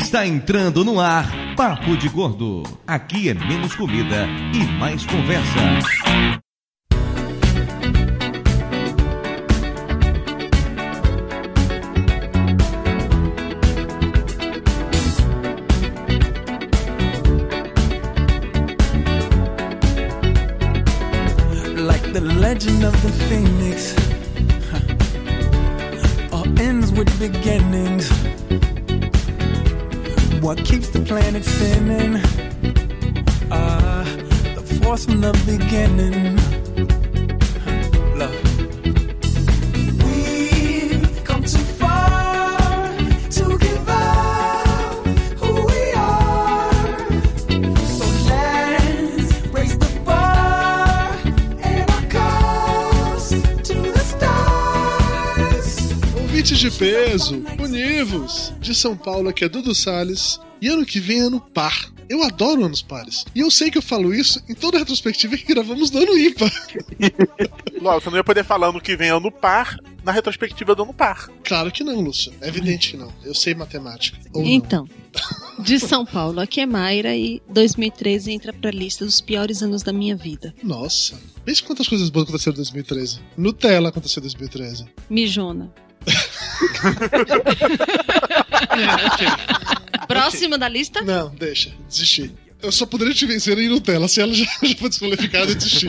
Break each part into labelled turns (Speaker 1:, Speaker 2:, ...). Speaker 1: Está entrando no ar Papo de Gordo. Aqui é menos comida e mais conversa.
Speaker 2: like the legend of the phoenix. Huh. All ends with beginnings. What keeps the planet spinning? Ah, the force from the beginning. Huh. Look. We've come too far to give up who we are. So let's raise the bar and our cups to the stars.
Speaker 3: Ouvintes de peso, univos! De São Paulo, aqui é Dudu Salles. E ano que vem é ano par. Eu adoro anos pares. E eu sei que eu falo isso em toda retrospectiva que gravamos do ano ímpar.
Speaker 4: Logo, você não ia poder falar ano que vem é ano par na retrospectiva do ano par.
Speaker 3: Claro que não, Lúcio. É evidente que não. Eu sei matemática. Ou não.
Speaker 5: Então, de São Paulo, aqui é Mayra e 2013 entra pra lista dos piores anos da minha vida.
Speaker 3: Nossa. Pense quantas coisas boas aconteceram em 2013. Nutella aconteceu em 2013.
Speaker 5: Mijona. Próximo da lista?
Speaker 3: Não, deixa. Desisti. Eu só poderia te vencer em Nutella se ela já, já foi desqualificada e desisti.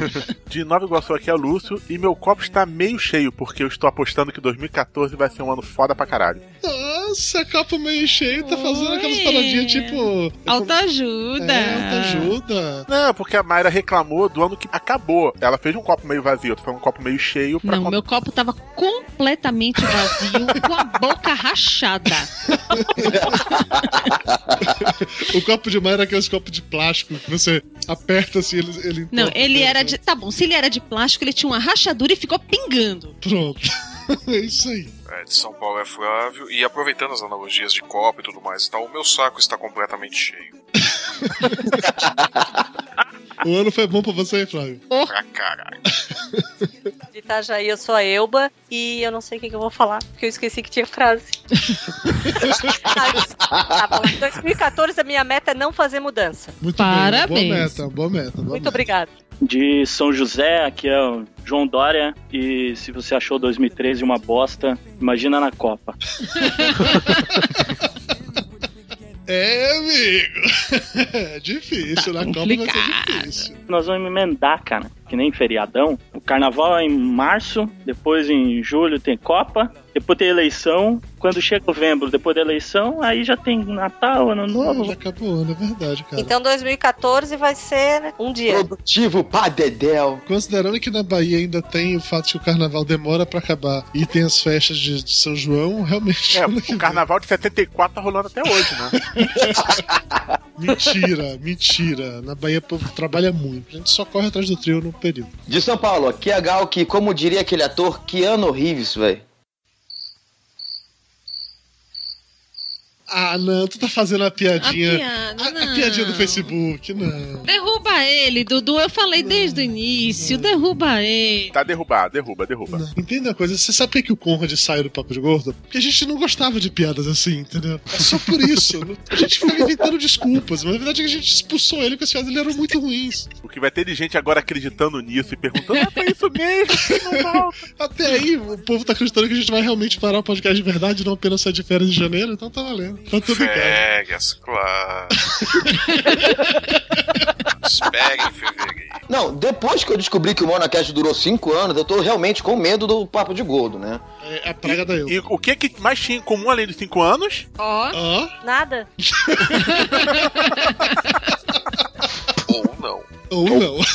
Speaker 4: De Nova Iguaçu aqui é o Lúcio e meu copo está meio cheio porque eu estou apostando que 2014 vai ser um ano foda pra caralho.
Speaker 3: Nossa, copo meio cheio, tá fazendo aquelas
Speaker 5: Oi.
Speaker 3: paradinhas tipo.
Speaker 5: Autoajuda.
Speaker 3: É, ajuda.
Speaker 4: Não, porque a Mayra reclamou do ano que acabou. Ela fez um copo meio vazio, tu foi um copo meio cheio pra
Speaker 5: Não,
Speaker 4: con-
Speaker 5: meu copo tava completamente vazio, com a boca rachada.
Speaker 3: O copo de Mayra é aqueles copos de plástico que você aperta assim, ele. ele
Speaker 5: Não, ele era de. Tá bom, se ele era de plástico, ele tinha uma rachadura e ficou pingando.
Speaker 3: Pronto. É isso aí.
Speaker 6: É, de São Paulo é Flávio, e aproveitando as analogias de copo e tudo mais e tal, o meu saco está completamente cheio.
Speaker 3: O ano foi bom pra você, Flávio.
Speaker 6: Pra caralho.
Speaker 7: De Itajaí, eu sou a Elba e eu não sei o que, que eu vou falar, porque eu esqueci que tinha frase. tá bom. Em 2014, a minha meta é não fazer mudança.
Speaker 3: Muito bem.
Speaker 5: Parabéns.
Speaker 3: Boa meta, boa meta. Boa
Speaker 7: Muito
Speaker 3: meta.
Speaker 7: obrigada.
Speaker 8: de São José, aqui é o João Dória, e se você achou 2013 uma bosta, imagina na Copa.
Speaker 3: É, amigo. É difícil, na Copa vai ser
Speaker 5: Tá Complicado.
Speaker 3: difícil.
Speaker 8: Nós vamos emendar, cara, que nem feriadão. O carnaval é em março, depois em julho tem Copa, depois tem eleição. Quando chega novembro, depois da eleição, aí já tem Natal, Ano
Speaker 3: Não, já
Speaker 8: Novo.
Speaker 3: acabou o ano, é verdade, cara.
Speaker 7: Então 2014 vai ser um dia.
Speaker 9: Produtivo pra Dedel.
Speaker 3: Considerando que na Bahia ainda tem o fato que o carnaval demora pra acabar e tem as festas de, de São João, realmente.
Speaker 4: É,
Speaker 3: ano que
Speaker 4: o
Speaker 3: vem.
Speaker 4: carnaval de 74 tá rolando até hoje, né?
Speaker 3: Mentira, mentira. Na Bahia o povo trabalha muito. A gente só corre atrás do trio no período.
Speaker 9: De São Paulo, aqui é a Gal, que, como diria aquele ator, Keanu Reeves, velho.
Speaker 3: Ah, não, tu tá fazendo a
Speaker 5: A
Speaker 3: piadinha.
Speaker 5: piada.
Speaker 3: A, a
Speaker 5: não.
Speaker 3: piadinha do Facebook, não.
Speaker 5: Derruba ele, Dudu. Eu falei desde o início. Derruba ele.
Speaker 4: Tá derrubado, derruba, derruba.
Speaker 3: Não. Entenda uma coisa, você sabe por que que o Conrad saiu do Papo de Gordo? Porque a gente não gostava de piadas assim, entendeu? É só por isso. A gente ficava inventando desculpas, mas na verdade é que a gente expulsou ele porque as piadas dele eram muito ruins.
Speaker 4: O que vai ter de gente agora acreditando nisso e perguntando, ah, foi isso mesmo? Não volta."
Speaker 3: Até aí, o povo tá acreditando que a gente vai realmente parar o podcast de verdade, não apenas sair de férias em janeiro, então tá valendo. Tá tudo bem.
Speaker 6: Férias, claro. Espere em fevereiro.
Speaker 9: Não, depois que eu descobri que o Monacast durou 5 anos, eu tô realmente com medo do papo de gordo, né?
Speaker 3: É a praga da eu.
Speaker 4: E o que é que mais tinha em comum além dos 5 anos?
Speaker 5: Ó.
Speaker 3: Ó,
Speaker 7: Nada.
Speaker 6: Ou não.
Speaker 3: ou não.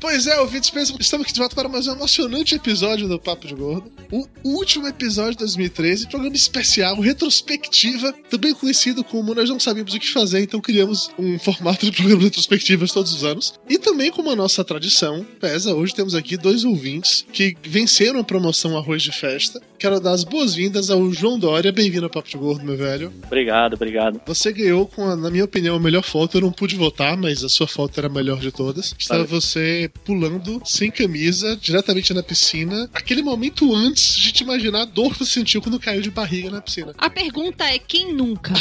Speaker 3: Pois é, ouvintes, pensam- estamos aqui de volta para mais um emocionante episódio do Papo de Gordo. O último episódio de 2013, programa especial, retrospectiva, também conhecido como Nós Não Sabíamos O Que Fazer, então criamos um formato de programa de retrospectivas todos os anos. E também, como a nossa tradição pesa, hoje temos aqui dois ouvintes que venceram a promoção Arroz de Festa. Quero dar as boas-vindas ao João Dória. Bem-vindo ao Papo de Gordo, meu velho.
Speaker 8: Obrigado, obrigado.
Speaker 3: Você ganhou com, a- na minha opinião, a melhor foto. Eu não pude votar, mas a sua foto era a melhor de todas. Estava
Speaker 8: Valeu.
Speaker 3: você pulando sem camisa, diretamente na piscina. Aquele momento antes de te imaginar a dor que você sentiu quando caiu de barriga na piscina.
Speaker 5: A pergunta é quem nunca?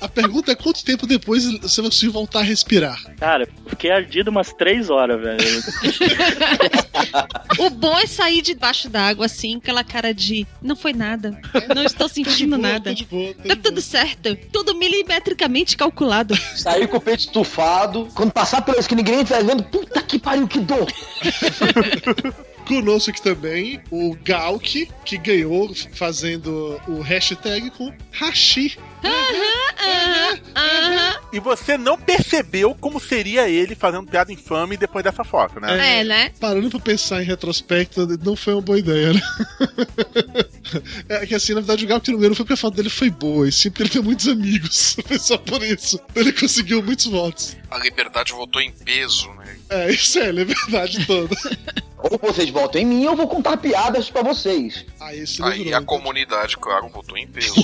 Speaker 3: A pergunta é quanto tempo depois você vai conseguir voltar a respirar.
Speaker 8: Cara, eu fiquei ardido umas três horas, velho.
Speaker 5: O bom é sair debaixo d'água assim, com aquela cara de não foi nada, não estou sentindo nada.
Speaker 3: Tá de boa, tá de
Speaker 5: Tá
Speaker 3: boa.
Speaker 5: tudo certo, tudo milimetricamente calculado.
Speaker 9: Sair com o peito estufado. Quando passar por isso que ninguém tá vendo, puta que pariu, que dor.
Speaker 3: Conosco aqui também o Gauk, que ganhou fazendo o hashtag com Hashi.
Speaker 5: Ah, Aham, aham.
Speaker 4: E você não percebeu como seria ele fazendo piada infame depois dessa foto, né?
Speaker 5: É, né?
Speaker 3: Parando pra pensar em retrospecto, não foi uma boa ideia, né? É que assim, na verdade, o Gauk não ganhou não foi porque a foto dele foi boa, e sim porque ele tem muitos amigos. Foi só por isso. Ele conseguiu muitos votos.
Speaker 6: A liberdade voltou em peso, né?
Speaker 3: É, isso é, ele é verdade toda.
Speaker 9: Ou vocês voltam em mim, ou eu vou contar piadas pra vocês.
Speaker 3: Aí se
Speaker 6: Aí
Speaker 3: livrou.
Speaker 6: a comunidade, claro, voltou em peso.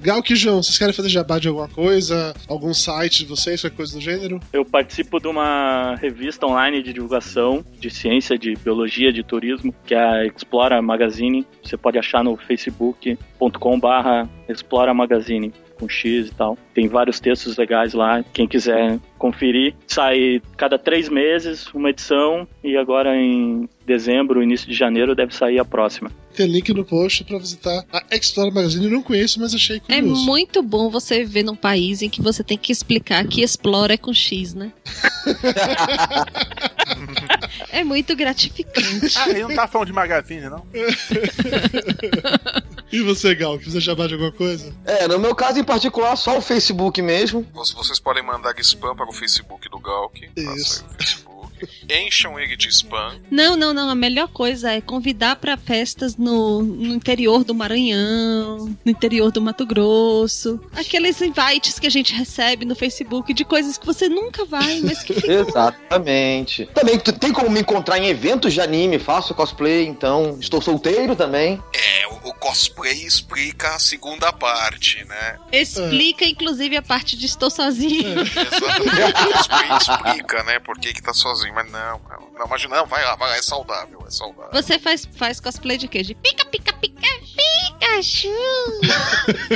Speaker 3: Gauk e João, vocês querem fazer jabá de alguma coisa? Algum site de vocês, qualquer coisa do gênero?
Speaker 8: Eu participo de uma revista online de divulgação de ciência, de biologia, de turismo, que é a Explora Magazine. Você pode achar no facebook.com/barra Explora Magazine com X e tal. Tem vários textos legais lá. Quem quiser conferir, sai cada três meses uma edição e agora em dezembro, início de janeiro, deve sair a próxima.
Speaker 3: Tem link no post pra visitar a Explore Magazine. Eu não conheço, mas achei
Speaker 5: É
Speaker 3: curioso.
Speaker 5: muito bom você viver num país em que você tem que explicar que explora é com X, né? é muito gratificante.
Speaker 4: Ah, ele não tá falando de magazine, não?
Speaker 3: E você, Gal, que precisa jabá de alguma coisa?
Speaker 9: É, no meu caso em particular, só o Facebook mesmo.
Speaker 6: Vocês- Vocês podem mandar spam para o Facebook do Galk.
Speaker 3: Isso.
Speaker 6: Faça aí o Facebook. Encham ele de spam.
Speaker 5: Não, não, não. A melhor coisa é convidar pra festas no, no interior do Maranhão, no interior do Mato Grosso. Aqueles invites que a gente recebe no Facebook de coisas que você nunca vai, mas que
Speaker 9: Exatamente. Também tu tem como me encontrar em eventos de anime, faço cosplay, então estou solteiro também.
Speaker 6: É, o, o cosplay explica a segunda parte, né?
Speaker 5: explica, inclusive, a parte de estou sozinho.
Speaker 3: É.
Speaker 6: Exatamente. o cosplay explica, né? Por que, que tá sozinho. Mas não, não, não, mas não, vai lá, vai lá, é saudável, é saudável.
Speaker 5: Você faz, faz cosplay de quê? De pica, pica, pica, Pikachu!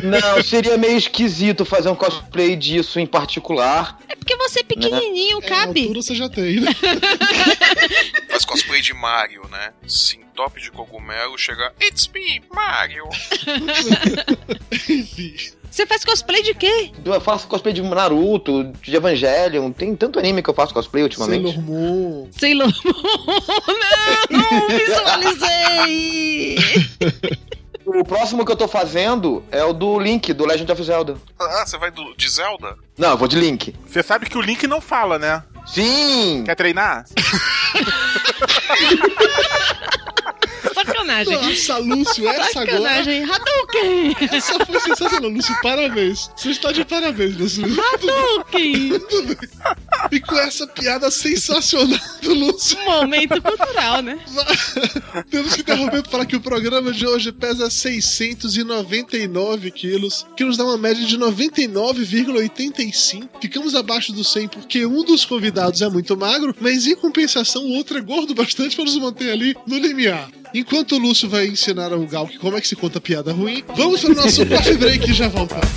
Speaker 9: Não, seria meio esquisito fazer um cosplay disso em particular.
Speaker 5: É porque você é pequenininho,
Speaker 3: É, a
Speaker 5: cabe.
Speaker 3: altura você já tem, né?
Speaker 6: Faz cosplay de Mario, né? Sim, top de cogumelo, chega. It's me, Mario!
Speaker 3: Enfim.
Speaker 5: Você faz cosplay de quê?
Speaker 9: Eu faço cosplay de Naruto, de Evangelion, tem tanto anime que eu faço cosplay ultimamente.
Speaker 3: Sailor Moon.
Speaker 5: Sailor Moon. Não, visualizei!
Speaker 9: O próximo que eu tô fazendo é o do Link, do Legend of Zelda.
Speaker 6: Ah, você vai do, de Zelda?
Speaker 9: Não, eu vou de Link.
Speaker 4: Você sabe que o Link não fala, né?
Speaker 9: Sim!
Speaker 4: Quer treinar?
Speaker 5: Sacanagem.
Speaker 3: Nossa, Lúcio, essa agora.
Speaker 5: Sacanagem. Hadouken!
Speaker 3: Essa foi sensacional, Lúcio. Parabéns. Você está de parabéns, Lúcio.
Speaker 5: Hadouken!
Speaker 3: E com essa piada sensacional do Lúcio,
Speaker 5: Momento cultural, né?
Speaker 3: temos que interromper para falar que o programa de hoje pesa 699 quilos, que nos dá uma média de 99,85. Ficamos abaixo do 100 porque um dos convidados é muito magro, mas em compensação o outro é gordo bastante para nos manter ali no limiar. Enquanto o Lúcio vai ensinar ao Gal que como é que se conta piada ruim, vamos para o nosso coffee break e já voltamos.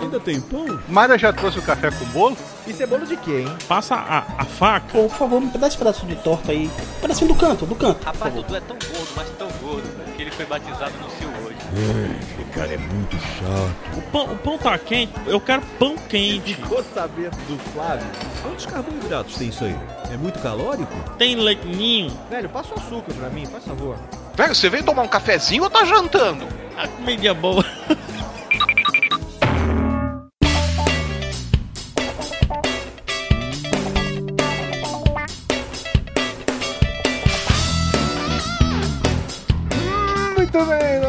Speaker 10: Ainda tem pão?
Speaker 4: Mara já trouxe o café com bolo?
Speaker 10: Isso é bolo de quê, hein?
Speaker 2: Passa a, a faca.
Speaker 10: Pô, por favor, me dá esse pedaço de torta aí. Um pedacinho do canto, do canto.
Speaker 11: Rapaz, Dudu é tão gordo, mas tão gordo, velho, que ele foi batizado no seu hoje.
Speaker 2: O pão, o pão tá quente. Eu quero pão quente.
Speaker 10: Vou saber do Flávio. Quantos carboidratos tem isso aí? É muito calórico?
Speaker 2: Tem leite ninho.
Speaker 10: Velho, passa o açúcar pra mim, faz favor.
Speaker 11: Velho, você veio tomar um cafezinho ou tá jantando?
Speaker 2: A comida é boa.
Speaker 3: Muito bem,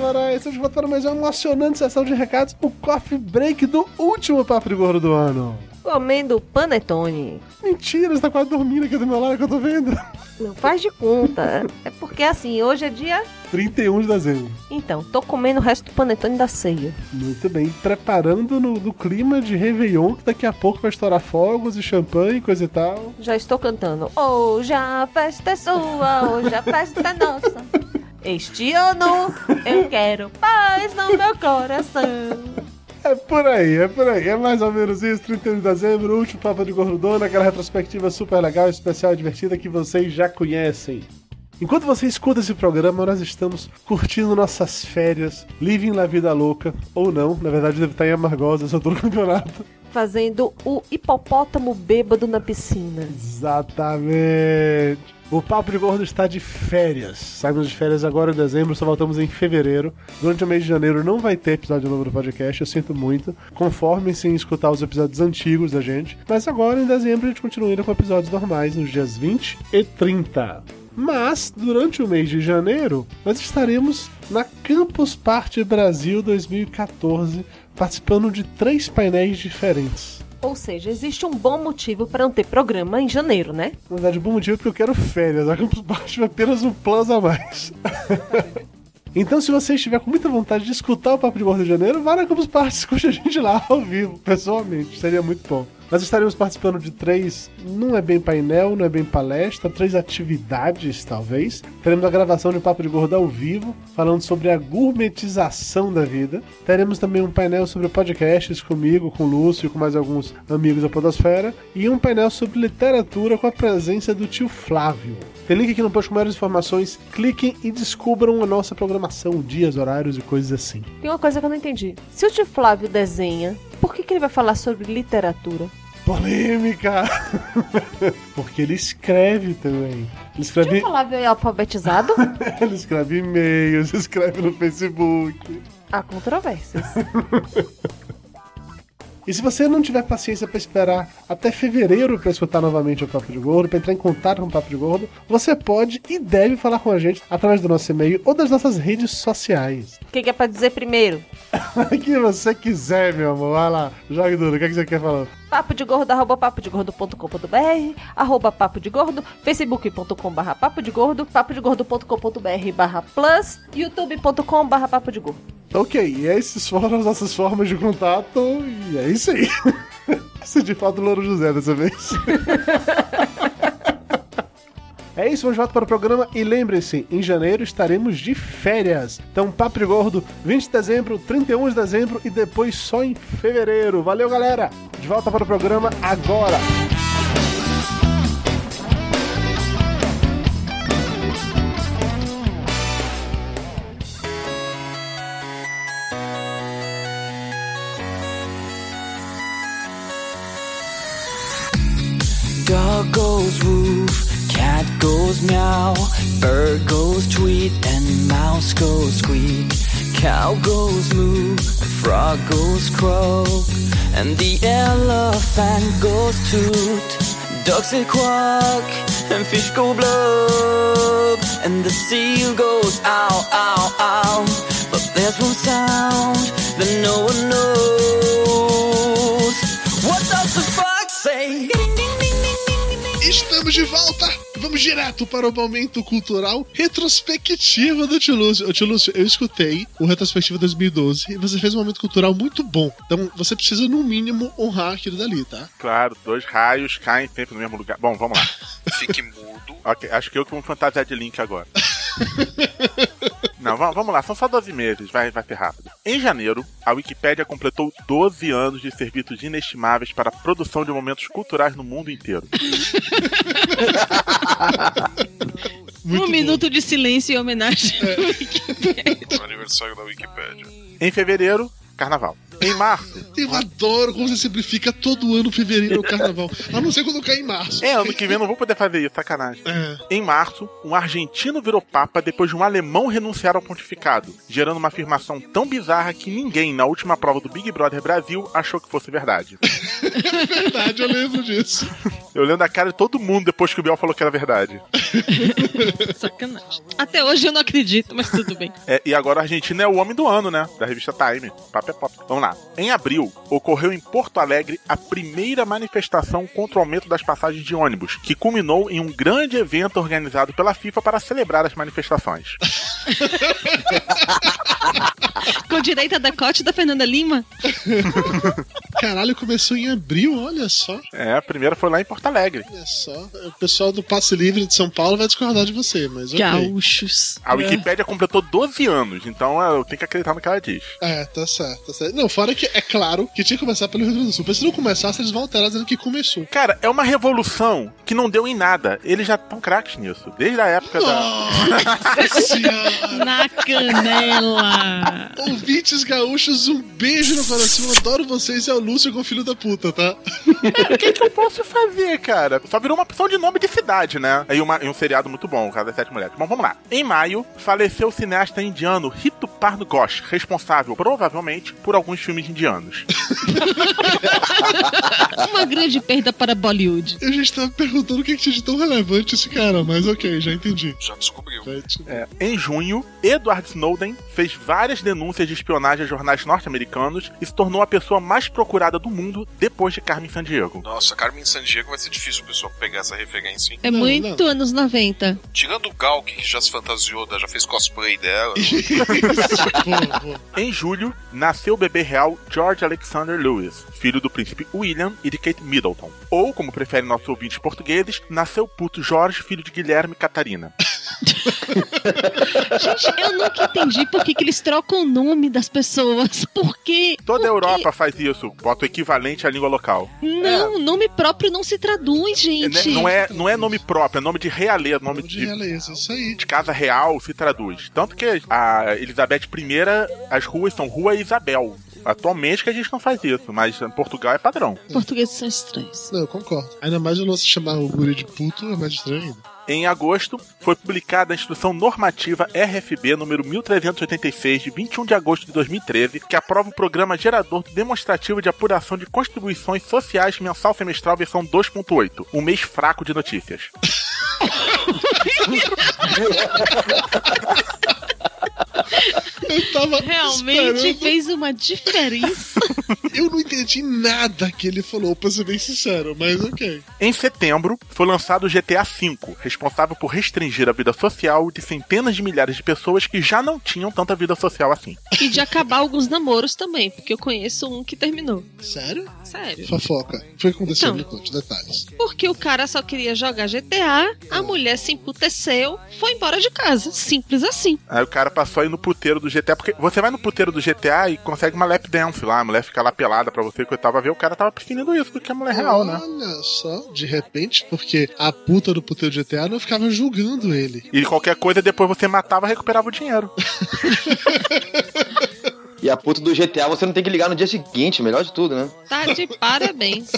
Speaker 3: Maravilha, aí, estamos voltando mais uma emocionante sessão de recados, o coffee break do último Papo de Gordo do ano.
Speaker 5: Comendo panetone.
Speaker 3: Mentira, você tá quase dormindo aqui do meu lado que eu tô vendo.
Speaker 5: Não faz de conta. É porque assim, hoje é dia
Speaker 3: 31 de dezembro.
Speaker 5: Então, tô comendo o resto do panetone da ceia.
Speaker 3: Muito bem, preparando no, no clima de Réveillon, que daqui a pouco vai estourar fogos e champanhe e coisa e tal.
Speaker 5: Já estou cantando. Hoje a festa é sua, hoje a festa é nossa. Este ano eu quero paz no meu coração.
Speaker 3: É por aí, é por aí. É mais ou menos isso. 31 de dezembro, último Papo de Gordona, aquela retrospectiva super legal, especial e divertida que vocês já conhecem. Enquanto você escuta esse programa, nós estamos curtindo nossas férias, living la vida louca, ou não, na verdade deve estar em Amargosa, só tô no campeonato.
Speaker 5: Fazendo o hipopótamo bêbado na piscina.
Speaker 3: Exatamente. O Papo de Gordo está de férias. Saímos de férias agora em dezembro, só voltamos em fevereiro. Durante o mês de janeiro não vai ter episódio novo do podcast, eu sinto muito. Conformem-se em escutar os episódios antigos da gente. Mas agora em dezembro a gente continua indo com episódios normais, nos dias 20 e 30. Mas, durante o mês de janeiro, nós estaremos na Campus Party Brasil 2014, participando de três painéis diferentes.
Speaker 5: Ou seja, existe um bom motivo para não ter programa em janeiro, né?
Speaker 3: Na verdade, bom motivo é porque eu quero férias. A Campus Party é apenas um plus a mais. então, se você estiver com muita vontade de escutar o Papo de Gordo de Janeiro, vá na Campus Party, escute a gente lá ao vivo, pessoalmente. Seria muito bom. Nós estaremos participando de três, não é bem painel, não é bem palestra, três atividades, talvez. Teremos a gravação de Papo de Gordo ao vivo, falando sobre a gourmetização da vida. Teremos também um painel sobre podcasts comigo, com o Lúcio e com mais alguns amigos da Podosfera. E um painel sobre literatura com a presença do tio Flávio. Tem link aqui no post com maiores informações. Cliquem e descubram a nossa programação, dias, horários e coisas assim.
Speaker 5: Tem uma coisa que eu não entendi. Se o tio Flávio desenha, por que, que ele vai falar sobre literatura?
Speaker 3: Polêmica! Porque ele escreve também. Ele escreve,
Speaker 5: Deixa eu falar veio alfabetizado.
Speaker 3: ele escreve e-mails, escreve no Facebook.
Speaker 5: Há controvérsias.
Speaker 3: E se você não tiver paciência para esperar até fevereiro para escutar novamente o Papo de Gordo, para entrar em contato com o Papo de Gordo, você pode e deve falar com a gente através do nosso e-mail ou das nossas redes sociais.
Speaker 5: O que, que é para dizer primeiro?
Speaker 3: O que você quiser, meu amor. Vai lá, jogue duro. O que, é que você quer falar?
Speaker 5: papo de gordo, arroba papodegordo.com.br, arroba papo de gordo, facebook.com barra papo de gordo, papodegordo.com.br barra plus, youtube.com barra papo de gordo.
Speaker 3: Ok, e essas foram as nossas formas de contato e é isso aí. Se de fato o Louro José dessa vez. É isso, vamos voltar para o programa e lembrem-se, em janeiro estaremos de férias. Então, Papo de Gordo, 20 de dezembro, 31 de dezembro e depois só em fevereiro. Valeu, galera! De volta para o programa agora!
Speaker 12: Dog goes woof. Cat goes meow, bird goes tweet, and mouse goes squeak. Cow goes moo, frog goes croak, and the elephant goes toot. Ducks will quack, and fish go blub, and the seal goes ow, ow, ow. But there's one sound that no one knows. What does the fox say?
Speaker 13: Estamos de volta! Vamos direto para o momento cultural retrospectiva do Tio Lúcio. Ô, Tio Lúcio, eu escutei o Retrospectiva 2012 e você fez um momento cultural muito bom. Então você precisa, no mínimo, honrar aquilo dali, tá?
Speaker 4: Claro, dois raios caem sempre no mesmo lugar. Bom, vamos lá.
Speaker 14: Fique mudo.
Speaker 4: Ok, acho que eu que vou fantasiar de Link agora. Não, va- vamos lá, são só 12 meses, vai, vai ser rápido. Em janeiro, a Wikipédia completou 12 anos de serviços inestimáveis para a produção de momentos culturais no mundo inteiro.
Speaker 15: um minuto de silêncio em
Speaker 4: É.
Speaker 15: homenagem.
Speaker 14: No aniversário da Wikipédia.
Speaker 4: Em fevereiro, carnaval. Em março.
Speaker 3: Eu adoro como você simplifica todo ano fevereiro o carnaval. A não ser quando cai em março. É.
Speaker 4: É, ano que vem eu não vou poder fazer isso, sacanagem. Em março, um argentino virou papa depois de um alemão renunciar ao pontificado, gerando uma afirmação tão bizarra que ninguém na última prova do Big Brother Brasil achou que fosse verdade.
Speaker 3: É verdade, eu lembro disso.
Speaker 4: Eu lembro da cara de todo mundo depois que o Biel falou que era verdade.
Speaker 5: Sacanagem. Até hoje eu não acredito, mas tudo bem.
Speaker 4: É, e agora a Argentina é o homem do ano, né? Da revista Time. Pap é pop. Vamos lá. Em abril, ocorreu em Porto Alegre a primeira manifestação contra o aumento das passagens de ônibus, que culminou em um grande evento organizado pela FIFA para celebrar as manifestações.
Speaker 5: Com direito a decote da Fernanda Lima?
Speaker 3: Caralho, começou em abril, olha só.
Speaker 4: É, a primeira foi lá em Porto Alegre.
Speaker 3: Olha só. O pessoal do Passe Livre de São Paulo vai discordar de você, mas ok.
Speaker 5: Gaúchos.
Speaker 3: É.
Speaker 4: A Wikipédia completou 12 anos, então é, eu tenho que acreditar no que ela diz.
Speaker 3: É, tá certo, tá certo. Não, fora que é claro que tinha que começar pelo Rio Grande do Sul. Mas se não começasse, eles vão alterar dizendo que começou.
Speaker 4: Cara, é uma revolução que não deu em nada. Eles já estão craques nisso. Desde a época da.
Speaker 5: Na canela.
Speaker 3: Ouvintes gaúchos, um beijo no coração. Adoro vocês. É o Lúcio com o filho da puta, tá?
Speaker 5: É,
Speaker 4: O que, que eu posso fazer, cara? Só virou uma opção de nome de cidade, né? E, uma- e um seriado muito bom, Casa das Sete Mulheres. Bom, vamos lá. Em maio, faleceu o cineasta indiano Rito Pardo Ghosh, responsável, provavelmente, por alguns filmes indianos.
Speaker 5: tá Uma grande perda para Bollywood.
Speaker 3: Eu já estava perguntando o que que tinha de tão relevante esse cara, mas ok, já entendi.
Speaker 6: Já descobriu.
Speaker 4: É, em junho, Edward Snowden fez várias denúncias de espionagem a jornais norte-americanos e se tornou a pessoa mais procurada do mundo depois de Carmen Sandiego.
Speaker 6: Nossa, Carmen Sandiego vai ser difícil o pessoal pegar essa referência, hein?
Speaker 5: É muito anos 90.
Speaker 6: Tirando o Gal, que já se fantasiou, já fez cosplay dela.
Speaker 4: em julho, nasceu o bebê real George Alexander Lewis, filho do príncipe William e de Kate Middleton. Ou, como preferem nossos ouvintes portugueses, nasceu o puto Jorge, filho de Guilherme e Catarina.
Speaker 5: Gente, eu nunca entendi por que, que eles trocam o nome das pessoas. Por quê?
Speaker 4: Toda a Europa faz isso, bota o equivalente à língua local.
Speaker 5: Não, nome próprio não se traduz, gente.
Speaker 4: É. Né, Não é, não é nome próprio, é nome de realeza, nome de,
Speaker 3: Beleza, isso aí.
Speaker 4: de casa real se traduz. Tanto que a Elizabeth I, as ruas são Rua Isabel. Atualmente que a gente não faz isso, mas em Portugal é padrão.
Speaker 5: Portugueses são estranhos.
Speaker 3: Não, eu concordo. Ainda mais o nosso chamar o guri de puto é mais estranho ainda.
Speaker 4: Em agosto, foi publicada a Instrução Normativa RFB número 1386, de 21 de agosto de 2013, que aprova o Programa Gerador Demonstrativo de Apuração de Contribuições Sociais Mensal Semestral versão 2.8, um mês fraco de notícias.
Speaker 3: Eu tava
Speaker 5: Realmente
Speaker 3: esperando.
Speaker 5: fez uma diferença.
Speaker 3: Eu não entendi nada que ele falou, pra ser bem sincero, mas ok.
Speaker 4: Em setembro, foi lançado o GTA V, responsável por restringir a vida social de centenas de milhares de pessoas que já não tinham tanta vida social assim.
Speaker 5: E de acabar alguns namoros também, porque eu conheço um que terminou.
Speaker 3: Sério?
Speaker 5: Sério.
Speaker 3: Fofoca. Foi o que aconteceu,
Speaker 5: Então.
Speaker 3: me conte detalhes.
Speaker 5: Porque o cara só queria jogar GTA, a mulher se emputeceu, foi embora de casa. Simples assim.
Speaker 4: Aí o cara passou aí no puteiro do GTA, porque você vai no puteiro do GTA e consegue uma lap dance lá, a mulher fica lá pelada pra você, que eu tava ver, o cara tava preferindo isso do que a mulher real, né?
Speaker 3: Olha só, de repente, porque a puta do puteiro de GTA não ficava julgando ele.
Speaker 4: E qualquer coisa depois você matava, recuperava o dinheiro.
Speaker 9: E a puta do GTA você não tem que ligar no dia seguinte, melhor de tudo, né?
Speaker 5: Tá de parabéns.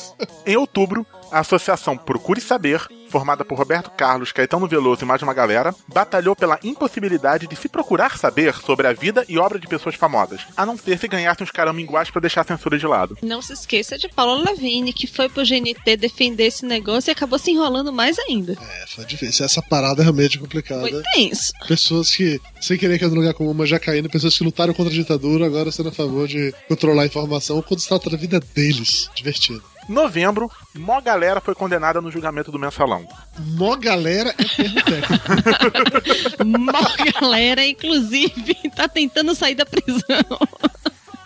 Speaker 4: Em outubro, a associação Procure Saber, formada por Roberto Carlos, Caetano Veloso e mais uma galera, batalhou pela impossibilidade de se procurar saber sobre a vida e obra de pessoas famosas, a não ser se ganhassem os caraminguais pra deixar a censura de lado.
Speaker 5: Não se esqueça de Paula Lavigne, que foi pro GNT defender esse negócio e acabou se enrolando mais ainda.
Speaker 3: É, foi difícil. Essa parada é realmente
Speaker 5: Foi
Speaker 3: complicada.
Speaker 5: tenso.
Speaker 3: Pessoas que, sem querer que no lugar comum, mas já caindo, pessoas que lutaram contra a ditadura, agora sendo a favor de controlar a informação quando se trata da vida deles. Divertido.
Speaker 4: Novembro, mó galera foi condenada no julgamento do mensalão.
Speaker 3: Mó galera é termo técnico.
Speaker 5: Mó galera, inclusive, tá tentando sair da prisão.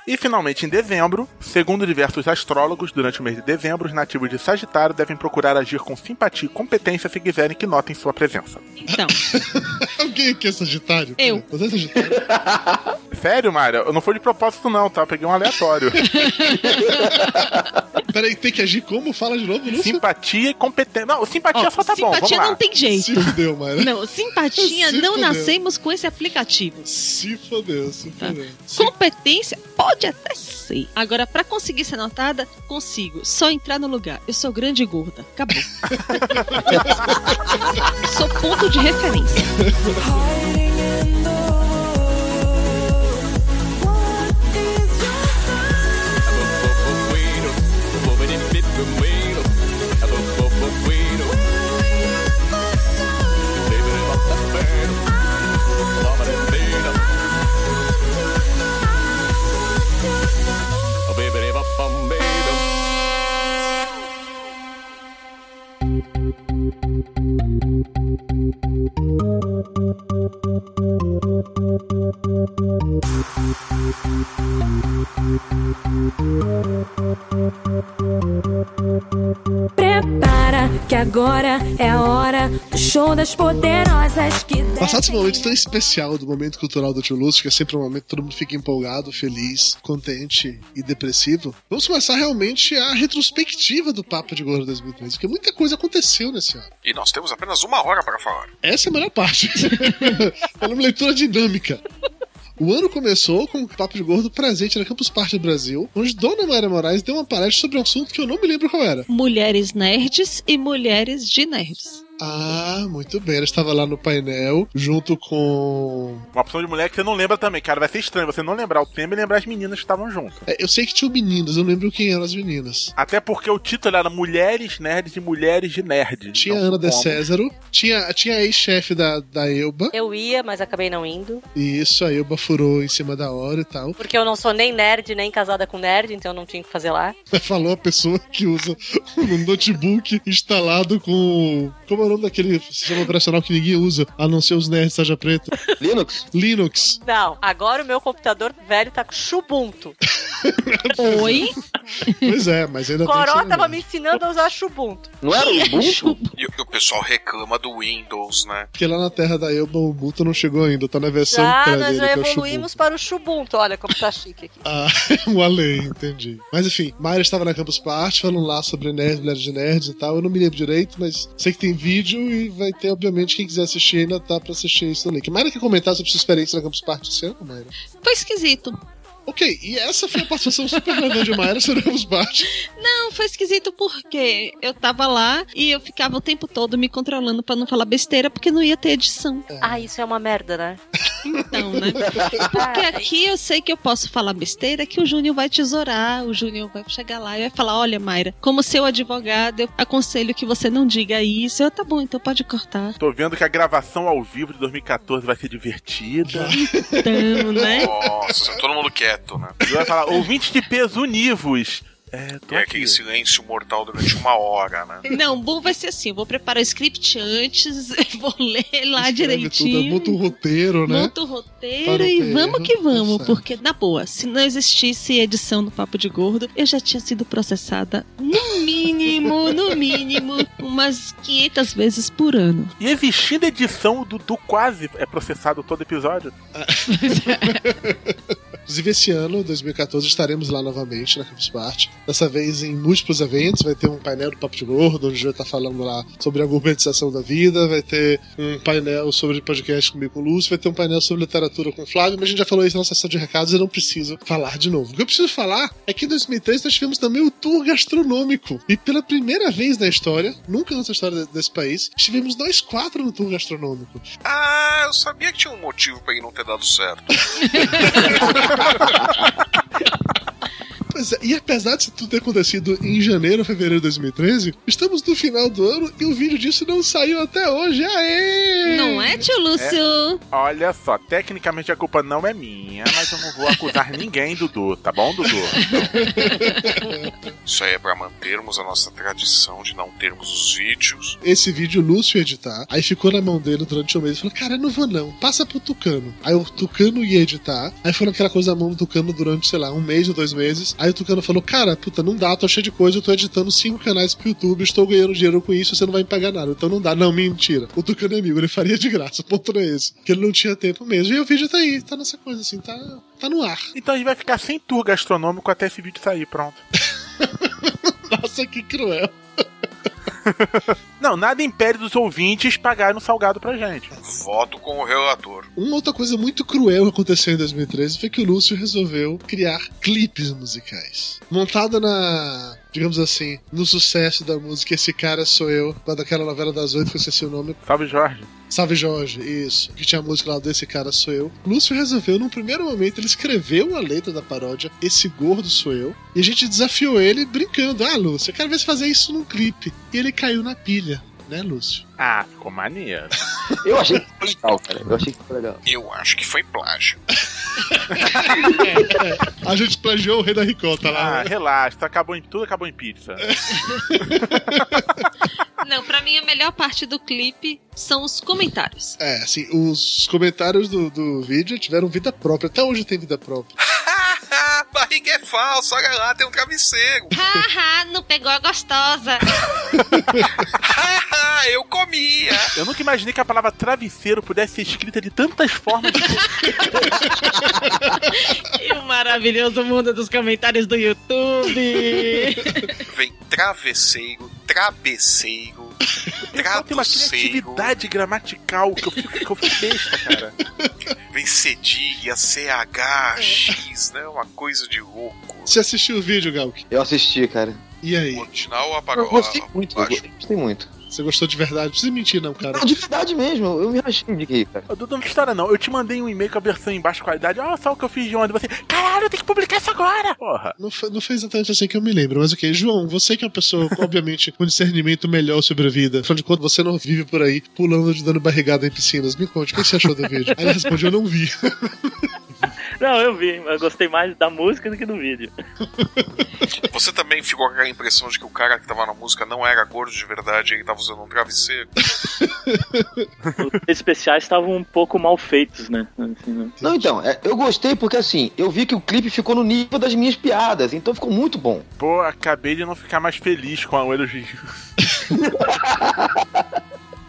Speaker 4: E finalmente, em dezembro, segundo diversos astrólogos, durante o mês de dezembro, os nativos de Sagitário devem procurar agir com simpatia e competência se quiserem que notem sua presença.
Speaker 5: Então,
Speaker 3: Alguém aqui é sagitário?
Speaker 5: Eu.
Speaker 3: Você é sagitário?
Speaker 4: Sério, Mário? Eu não fui de propósito, não, tá? Eu peguei um aleatório.
Speaker 3: Peraí, tem que agir como? Fala de novo, Lúcio.
Speaker 4: Simpatia e competência. Não, simpatia só tá bom, vamos
Speaker 5: simpatia
Speaker 4: lá.
Speaker 5: não tem jeito.
Speaker 3: Se fudeu, Mayra.
Speaker 5: Não, simpatia,
Speaker 3: Se
Speaker 5: não
Speaker 3: fudeu.
Speaker 5: nascemos com esse aplicativo. Tá.
Speaker 3: Se fodeu, se fodeu.
Speaker 5: Competência pode até ser. Agora, pra conseguir ser notada, consigo. Só entrar no lugar. Eu sou grande e gorda. Acabou. sou ponto de referência.
Speaker 16: Prepara que agora é a hora do show das poderosas que
Speaker 3: Passado esse momento tão especial do momento cultural do tio Lúcio, que é sempre um momento que todo mundo fica empolgado, feliz, contente e depressivo, vamos começar realmente a retrospectiva do Papo de Gordo 2013, porque muita coisa aconteceu nesse ano.
Speaker 6: E nós temos apenas uma hora para falar.
Speaker 3: Essa é a melhor parte. é uma leitura dinâmica. O ano começou com o Papo de Gordo presente na Campus Party Brasil, onde Dona Maria Moraes deu uma palestra sobre um assunto que eu não me lembro qual era.
Speaker 5: Mulheres nerds e mulheres de nerds.
Speaker 3: Ah, muito bem. Ela estava lá no painel, junto com.
Speaker 4: Uma opção de mulher que você não lembra também, cara. Vai ser estranho você não lembrar o tema e lembrar as meninas que estavam junto.
Speaker 3: É, Eu sei que tinha meninas, eu não lembro quem eram as meninas.
Speaker 4: Até porque o título era Mulheres Nerds e Mulheres de Então, Nerd.
Speaker 3: Tinha a Ana de Césaro, tinha, tinha a ex-chefe da, da Elba,
Speaker 7: Eu ia, mas acabei não indo.
Speaker 3: e isso a Elba furou em cima da hora e tal.
Speaker 7: Porque eu não sou nem nerd, nem casada com nerd, então eu não tinha o que fazer lá.
Speaker 3: Falou a pessoa que usa um notebook instalado com. Como é o nome daquele sistema operacional que ninguém usa, a não ser os nerds Saja Preta?
Speaker 9: Linux?
Speaker 3: Linux.
Speaker 7: Não, agora o meu computador velho tá com Ubuntu.
Speaker 5: Oi?
Speaker 3: Pois é, mas ainda tem.
Speaker 7: Coró
Speaker 3: que ser
Speaker 7: tava
Speaker 3: lembrado.
Speaker 7: me ensinando a usar Ubuntu.
Speaker 9: Não era um
Speaker 4: é
Speaker 9: o Ubuntu?
Speaker 6: E o- o pessoal reclama do Windows, né?
Speaker 3: Porque lá na terra da Elba o Ubuntu não chegou ainda, tá na versão
Speaker 7: Já,
Speaker 3: pré
Speaker 7: nós
Speaker 3: dele,
Speaker 7: já
Speaker 3: que é o
Speaker 7: evoluímos para o Ubuntu. Olha como tá chique aqui.
Speaker 3: Ah, um além, entendi. Mas enfim, Mayra estava na Campus Party falando lá sobre nerds, mulheres de nerds e tal. Eu não me lembro direito, mas sei que tem vídeo e vai ter, obviamente, quem quiser assistir ainda tá pra assistir isso no link. Mayra quer comentar sobre sua experiência na Campus Party esse ano, Mayra?
Speaker 5: Foi esquisito.
Speaker 3: Ok, e essa foi a participação super grande de Mayra sobre a Campus Party.
Speaker 5: Não, foi esquisito porque eu tava lá e eu ficava o tempo todo me controlando pra não falar besteira porque não ia ter edição.
Speaker 7: Ah, isso é uma merda, né? Ah,
Speaker 5: Então, né? Porque aqui eu sei que eu posso falar besteira que o Júnior vai tesourar, o Júnior vai chegar lá e vai falar: olha, Mayra, como seu advogado, eu aconselho que você não diga isso. Eu, tá bom, então pode cortar.
Speaker 4: Tô vendo que a gravação ao vivo de 2014 vai ser divertida.
Speaker 5: Então,
Speaker 4: é?
Speaker 5: né?
Speaker 6: Nossa, todo mundo quieto, né?
Speaker 4: E vai falar, ouvintes de peso univos. É, tô
Speaker 6: E é aquele silêncio mortal durante uma hora, né?
Speaker 5: Não, bom vai ser assim: eu vou preparar o script antes, vou ler
Speaker 3: Escreve
Speaker 5: lá
Speaker 3: Tudo,
Speaker 5: direitinho.
Speaker 3: monta um roteiro, né?
Speaker 5: Monta o roteiro
Speaker 3: Para o
Speaker 5: e
Speaker 3: PR,
Speaker 5: vamos que vamos,
Speaker 3: tá certo.
Speaker 5: porque, na boa, se não existisse edição do Papo de Gordo, eu já tinha sido processada no mínimo, no mínimo, umas 500 vezes por ano.
Speaker 4: E existindo edição do, do quase é processado todo episódio.
Speaker 3: Inclusive, esse ano, 2014, estaremos lá novamente na Campus Party. Dessa vez em múltiplos eventos. Vai ter um painel do Papo de Gordo, onde já tá falando lá sobre a gourmetização da vida. Vai ter um painel sobre podcast comigo com o Lúcio. Vai ter um painel sobre literatura com o Flávio. Mas a gente já falou isso na sessão de recados e não preciso falar de novo. O que eu preciso falar é que em 2003 nós tivemos também o tour gastronômico. E pela primeira vez na história, nunca nessa história de- desse país, estivemos nós quatro no tour gastronômico.
Speaker 6: Ah, eu sabia que tinha um motivo pra ele não ter dado certo.
Speaker 3: Pois é, e apesar disso tudo ter acontecido em janeiro, fevereiro de 2013, estamos no final do ano e o vídeo disso não saiu até hoje. Aê!
Speaker 5: Não é, tio Lúcio?
Speaker 4: É. Olha só, tecnicamente a culpa não é minha, mas eu não vou acusar ninguém, Dudu, tá bom, Dudu?
Speaker 6: Isso aí é pra mantermos a nossa tradição de não termos os vídeos.
Speaker 3: Esse vídeo o Lúcio ia editar, aí ficou na mão dele durante um mês e falou: Cara, eu não vou não, passa pro Tucano. Aí o Tucano ia editar, aí foi aquela coisa na mão do Tucano durante, sei lá, um mês ou dois meses. Aí Aí o Tucano falou: Cara, puta, não dá, tô cheio de coisa, eu tô editando cinco canais pro YouTube, estou ganhando dinheiro com isso, você não vai me pagar nada. Então não dá. Não, mentira. O Tucano é amigo, ele faria de graça. O ponto não é esse. Que ele não tinha tempo mesmo. E o vídeo tá aí, tá nessa coisa assim, tá, tá no ar.
Speaker 4: Então a gente vai ficar sem tour gastronômico até esse vídeo sair, pronto.
Speaker 3: Nossa, que cruel.
Speaker 4: Não, nada impede dos ouvintes pagarem um salgado pra gente.
Speaker 6: Voto com o relator.
Speaker 3: Uma outra coisa muito cruel que aconteceu em 2013 foi que o Lúcio resolveu criar clipes musicais. Montada na. Digamos assim, no sucesso da música Esse Cara Sou Eu, lá daquela novela das oito que eu esqueci o nome.
Speaker 4: Salve Jorge.
Speaker 3: Salve Jorge, isso. Que tinha a música lá desse cara sou eu. Lúcio resolveu, num primeiro momento, ele escreveu a letra da paródia, Esse Gordo Sou Eu. E a gente desafiou ele brincando. Ah, Lúcio, eu quero ver se fazer isso num clipe. E ele caiu na pilha, né, Lúcio?
Speaker 4: Ah, ficou maneiro.
Speaker 9: Eu achei que foi legal, cara. Eu achei que foi legal.
Speaker 6: Eu acho que foi plágio.
Speaker 3: A gente plagiou o rei da ricota lá. né?
Speaker 4: Ah, relaxa, tu acabou em tudo, acabou em pizza.
Speaker 5: Não, pra mim a melhor parte do clipe são os comentários.
Speaker 3: É, assim, os comentários do, do vídeo tiveram vida própria. Até hoje tem vida própria.
Speaker 6: Barriga é falsa, olha lá, tem um travesseiro.
Speaker 5: Haha, não pegou a gostosa.
Speaker 6: Haha, eu comia.
Speaker 4: Eu nunca imaginei que a palavra travesseiro pudesse ser escrita de tantas formas.
Speaker 5: E o maravilhoso mundo dos comentários do YouTube.
Speaker 6: Vem travesseiro, travesseiro,
Speaker 4: Cara, tem uma
Speaker 6: traduceiro,
Speaker 4: criatividade gramatical que eu fico, que eu fico besta, cara.
Speaker 6: vem cedilha, CHX, né? Uma coisa de louco.
Speaker 3: Você assistiu o vídeo, Galk?
Speaker 9: Eu assisti, cara.
Speaker 3: E aí?
Speaker 6: Original
Speaker 9: Eu
Speaker 6: apagou.
Speaker 9: gostei muito. Eu
Speaker 6: acho.
Speaker 9: gostei muito.
Speaker 3: Você gostou de verdade? Não precisa mentir, não, cara.
Speaker 9: Não, de verdade mesmo. Eu me rachei de rir, cara.
Speaker 4: Ô, Dudu, não história não. Eu te mandei um e-mail com a versão em baixa qualidade. Olha só o que eu fiz de onda. Você, caralho, eu tenho que publicar isso agora. Porra.
Speaker 3: Não foi, não foi exatamente assim que eu me lembro, mas ok. João, você que é uma pessoa, obviamente, com discernimento melhor sobre a vida, afinal de contas, você não vive por aí pulando de dando barrigada em piscinas. Me conte, o que você achou do vídeo? Aí ele respondeu, eu não vi.
Speaker 8: Não, eu vi, mas eu gostei mais da música do que do vídeo.
Speaker 6: Você também ficou com aquela impressão de que o cara que tava na música não era gordo de verdade, ele tava usando um travesseiro.
Speaker 8: Os especiais estavam um pouco mal feitos, né? Assim, né?
Speaker 9: Não, então, é, eu gostei porque assim, eu vi que o clipe ficou no nível das minhas piadas, então ficou muito bom.
Speaker 4: Pô, acabei de não ficar mais feliz com a o elogio.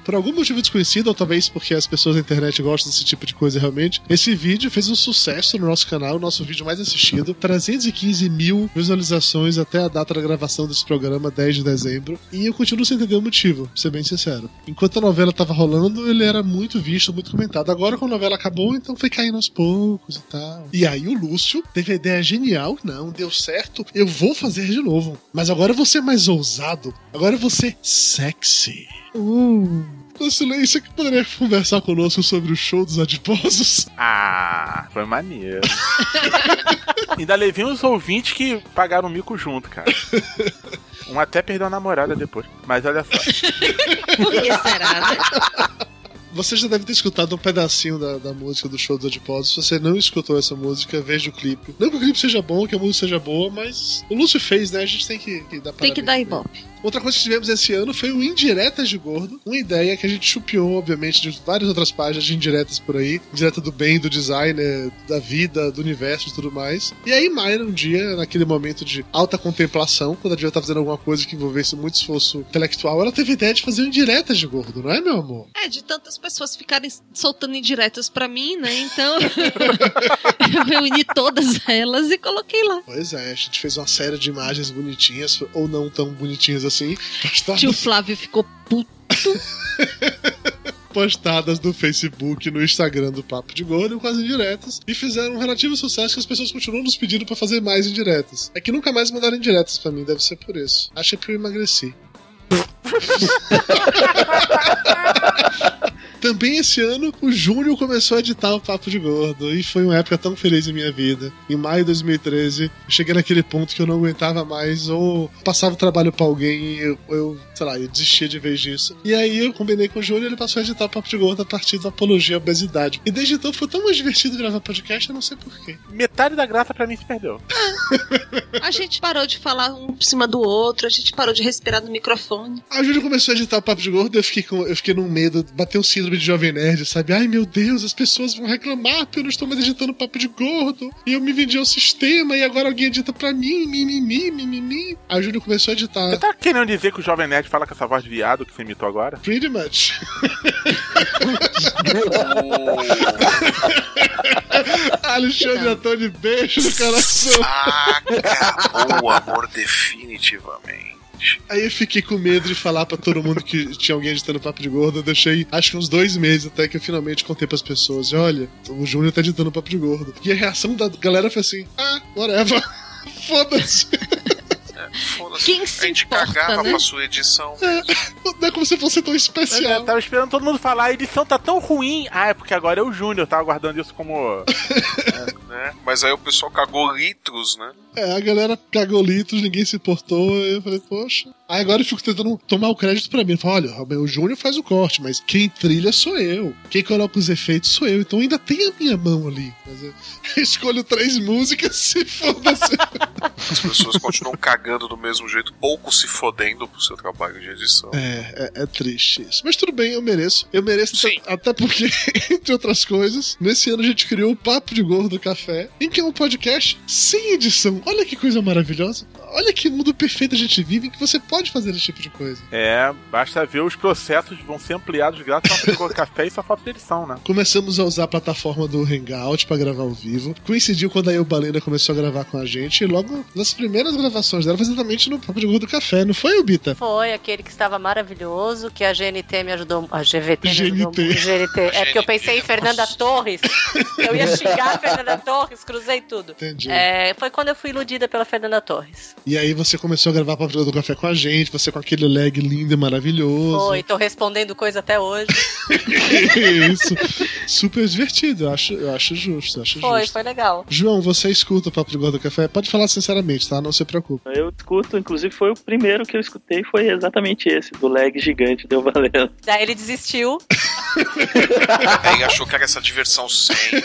Speaker 3: Por algum motivo desconhecido, ou talvez porque as pessoas na internet gostam desse tipo de coisa realmente, esse vídeo fez um sucesso no nosso canal, o nosso vídeo mais assistido. 315 mil visualizações até a data da gravação desse programa, 10 de dezembro. E eu continuo sem entender o motivo, pra ser bem sincero. Enquanto a novela tava rolando, ele era muito visto, muito comentado. Agora, quando a novela acabou, então foi caindo aos poucos e tal. E aí o Lúcio teve a ideia genial, não, deu certo, eu vou fazer de novo. Mas agora eu vou ser mais ousado, agora eu vou ser sexy. Lucilei, você que poderia conversar conosco sobre o show dos adiposos?
Speaker 4: Ah, foi maneiro. Ainda levei uns ouvintes que pagaram mico junto, cara. Um até perdeu a namorada depois. Mas olha só.
Speaker 5: Por que será, né?
Speaker 3: Você já deve ter escutado um pedacinho da, da música do show dos adiposos. Se você não escutou essa música, veja o clipe. Não que o clipe seja bom, que a música seja boa, mas o Lúcio fez, né? A gente tem que, que dar
Speaker 5: Tem que
Speaker 3: parabéns
Speaker 5: dar
Speaker 3: pra ele.
Speaker 5: ibope.
Speaker 3: Outra coisa que tivemos esse ano foi o Indiretas de Gordo, uma ideia que a gente chupiou, obviamente, de várias outras páginas de indiretas por aí, direta do bem, do designer, da vida, do universo e tudo mais. E aí, Mayra, um dia, naquele momento de alta contemplação, quando a Diva tá fazendo alguma coisa que envolvesse muito esforço intelectual, ela teve a ideia de fazer um indiretas de gordo, não é, meu amor?
Speaker 5: É, de tantas pessoas ficarem soltando indiretas pra mim, né? Então, eu reuni todas elas e coloquei lá.
Speaker 3: Pois é, a gente fez uma série de imagens bonitinhas, ou não tão bonitinhas assim, postadas,
Speaker 5: Tio Flávio ficou puto.
Speaker 3: postadas no Facebook, no Instagram do Papo de Gordo, com as indiretas, e fizeram um relativo sucesso que as pessoas continuam nos pedindo pra fazer mais indiretas. É que nunca mais mandaram indiretas pra mim, deve ser por isso. Acha que eu emagreci. Também esse ano, o Júnior começou a editar o Papo de Gordo, e foi uma época tão feliz em minha vida. Em maio de 2013, eu cheguei naquele ponto que eu não aguentava mais, ou passava o trabalho pra alguém e eu, eu, sei lá, eu desistia de vez disso. E aí eu combinei com o Júnior e ele passou a editar o Papo de Gordo a partir da apologia à obesidade. E desde então foi tão mais divertido gravar podcast, eu não sei porquê.
Speaker 4: Metade da graça pra mim se perdeu.
Speaker 5: A gente parou de falar um por cima do outro, a gente parou de respirar no microfone.
Speaker 3: A Júlia começou a editar o Papo de Gordo e eu fiquei, com, eu fiquei num medo, bateu um síndrome de Jovem Nerd, sabe? Ai meu Deus, as pessoas vão reclamar porque eu não estou mais editando papo de gordo. E eu me vendi ao sistema e agora alguém edita pra mim, mimimi, mimimi. Aí o Júlio começou a editar.
Speaker 4: Você tá querendo dizer que o Jovem Nerd fala com essa voz de viado que você imitou agora?
Speaker 3: Pretty much. Alexandre Antônio, beijo no coração.
Speaker 6: Acabou o amor definitivamente.
Speaker 3: Aí eu fiquei com medo de falar pra todo mundo que tinha alguém editando Papo de Gordo. Eu deixei, acho que uns dois meses até que eu finalmente contei pras pessoas. E olha, o Júnior tá editando Papo de Gordo. E a reação da galera foi assim, ah, whatever. Foda-se.
Speaker 6: Foda-se.
Speaker 5: Quem se
Speaker 6: A gente
Speaker 5: importa,
Speaker 6: cagava
Speaker 5: né?
Speaker 6: pra sua edição.
Speaker 3: É, não é como se fosse tão especial.
Speaker 4: Eu tava esperando todo mundo falar, a edição tá tão ruim. Ah, é porque agora é o Júnior, eu tava guardando isso como.
Speaker 6: né? Mas aí o pessoal cagou litros, né?
Speaker 3: É, a galera cagou litros, ninguém se importou. aí Eu falei, poxa. Aí agora eu fico tentando tomar o crédito pra mim. Eu falo, olha, Robin, o Júnior faz o corte, mas quem trilha sou eu. Quem coloca os efeitos sou eu. Então ainda tem a minha mão ali. Mas eu escolho três músicas, se foda-se.
Speaker 6: As pessoas continuam cagando do mesmo jeito, pouco se fodendo pro seu trabalho de edição.
Speaker 3: É, é, é triste isso. Mas tudo bem, eu mereço. Eu mereço até- até porque, entre outras coisas, nesse ano a gente criou o Papo de Gordo Café, em que é um podcast sem edição. Olha que coisa maravilhosa. Olha que mundo perfeito a gente vive em que você pode fazer esse tipo de coisa.
Speaker 4: É, basta ver os processos vão ser ampliados graças a Papo de Café e só falta de edição, né?
Speaker 3: Começamos a usar a plataforma do Hangout pra gravar ao vivo. Coincidiu quando a Eu Balena começou a gravar com a gente. E logo nas primeiras gravações dela foi exatamente no Papo de Gordo Café, não foi, Ubita?
Speaker 7: Foi aquele que estava maravilhoso, que a GNT me ajudou. A GVT me ajudou.
Speaker 3: GNT.
Speaker 7: muito. GNT. É porque eu pensei em Fernanda Torres. Eu ia xingar a Fernanda Torres, cruzei tudo.
Speaker 3: Entendi.
Speaker 7: É, foi quando eu fui iludida pela Fernanda Torres.
Speaker 3: E aí você começou a gravar Papo de Gordo Café com a gente, você com aquele lag lindo e maravilhoso.
Speaker 7: Foi, tô respondendo coisa até hoje.
Speaker 3: Isso. Super divertido, eu acho, eu acho justo, eu acho
Speaker 7: Foi,
Speaker 3: justo.
Speaker 7: foi legal.
Speaker 3: João, você escuta o Papo de Gordo Café? Pode falar sinceramente, tá? Não se preocupe.
Speaker 8: Eu escuto, inclusive foi o primeiro que eu escutei, foi exatamente esse, do lag gigante, deu valendo.
Speaker 7: Daí ele desistiu.
Speaker 6: Aí achou que era essa diversão sem.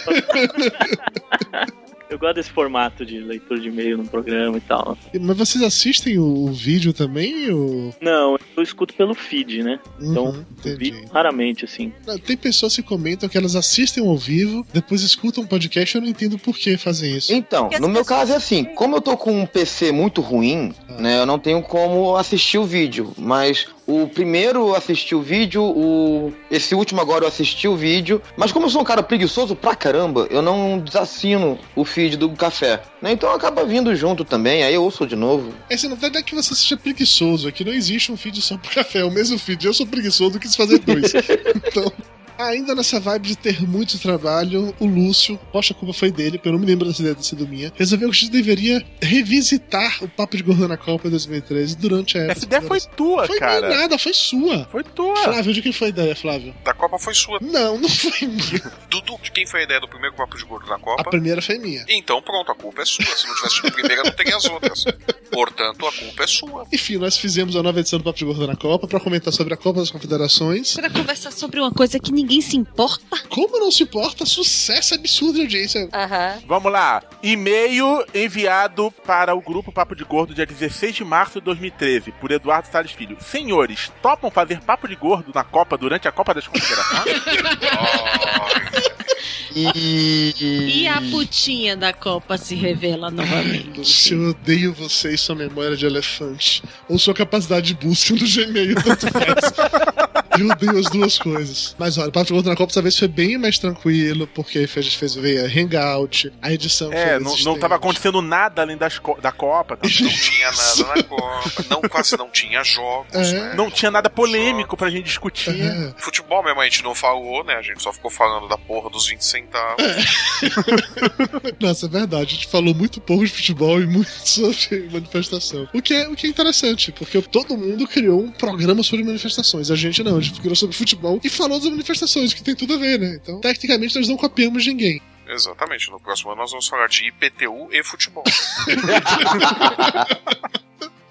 Speaker 8: Eu gosto desse formato de leitura de e-mail no programa e tal.
Speaker 3: E- Mas vocês assistem o, o vídeo também? ou-
Speaker 8: Não, eu escuto pelo feed, né? Então,
Speaker 3: Uhum,
Speaker 8: vi raramente, assim.
Speaker 3: Não, Tem pessoas que comentam que elas assistem ao vivo, depois escutam o podcast, eu não entendo por que fazem isso.
Speaker 9: Então, no meu caso é assim, como eu tô com um PC muito ruim, né, eu não tenho como assistir o vídeo, mas o primeiro eu assisti o vídeo, o esse último agora eu assisti o vídeo, mas como eu sou um cara preguiçoso pra caramba, eu não desassino o feed do café, né, então acaba vindo junto também, aí eu ouço de novo.
Speaker 3: Esse, na verdade, é que você seja preguiçoso. Aqui não existe um feed só pro café. É o mesmo feed. Eu sou preguiçoso, quis fazer dois. então, ainda nessa vibe de ter muito trabalho, o Lúcio, poxa, a culpa foi dele, porque eu não me lembro dessa ideia desse do minha, resolveu que a gente deveria revisitar o Papo de Gordo na Copa 2013 durante a época.
Speaker 6: Essa ideia foi tua,
Speaker 3: foi
Speaker 6: cara.
Speaker 3: Foi nada, foi sua.
Speaker 4: Foi tua.
Speaker 3: Flávio, de quem foi a ideia, Flávio?
Speaker 6: Da Copa foi sua.
Speaker 3: Não, não foi minha.
Speaker 6: Dudu, de quem foi a ideia do primeiro papo de gordo na Copa?
Speaker 3: A primeira foi minha.
Speaker 6: Então pronto, a culpa é sua. Se não tivesse tido a primeira, não teria as outras. Portanto, a culpa é sua.
Speaker 3: Enfim, nós fizemos a nova edição do Papo de Gordo na Copa pra comentar sobre a Copa das Confederações.
Speaker 5: Pra conversar sobre uma coisa que ninguém se importa.
Speaker 3: Como não se importa? Sucesso absurdo de audiência.
Speaker 7: Aham.
Speaker 4: Vamos lá. E-mail enviado para o grupo Papo de Gordo dia 16 de março de 2013 por Eduardo Salles Filho. Senhores, topam fazer Papo de Gordo na Copa durante a Copa das Confederações?
Speaker 9: E...
Speaker 5: E a putinha da Copa se revela novamente.
Speaker 3: Se eu odeio você e sua memória de elefante, ou sua capacidade de busca no Gmail, tanto faz. Eu odeio as duas coisas. Mas olha, o Papo de Gordo na Copa dessa vez foi bem mais tranquilo, porque a gente fez veio a Hangout, a
Speaker 4: é,
Speaker 3: edição foi
Speaker 4: não, não
Speaker 3: resistente.
Speaker 4: tava acontecendo nada além das co- da Copa. Tá?
Speaker 6: Não tinha nada na Copa. Não, quase não tinha jogos.
Speaker 3: É.
Speaker 6: né?
Speaker 4: Não tinha nada polêmico pra gente discutir.
Speaker 6: Futebol mesmo a gente não falou, né? A gente só ficou falando da porra dos 20 centavos.
Speaker 3: Nossa, é verdade. A gente falou muito pouco de futebol e muito sobre manifestação. O que é, o que é interessante, porque todo mundo criou um programa sobre manifestações. A gente não, a gente criou sobre futebol e falou das manifestações, que tem tudo a ver, né? Então, tecnicamente, nós não copiamos ninguém.
Speaker 6: Exatamente. No próximo ano nós vamos falar de IPTU e futebol.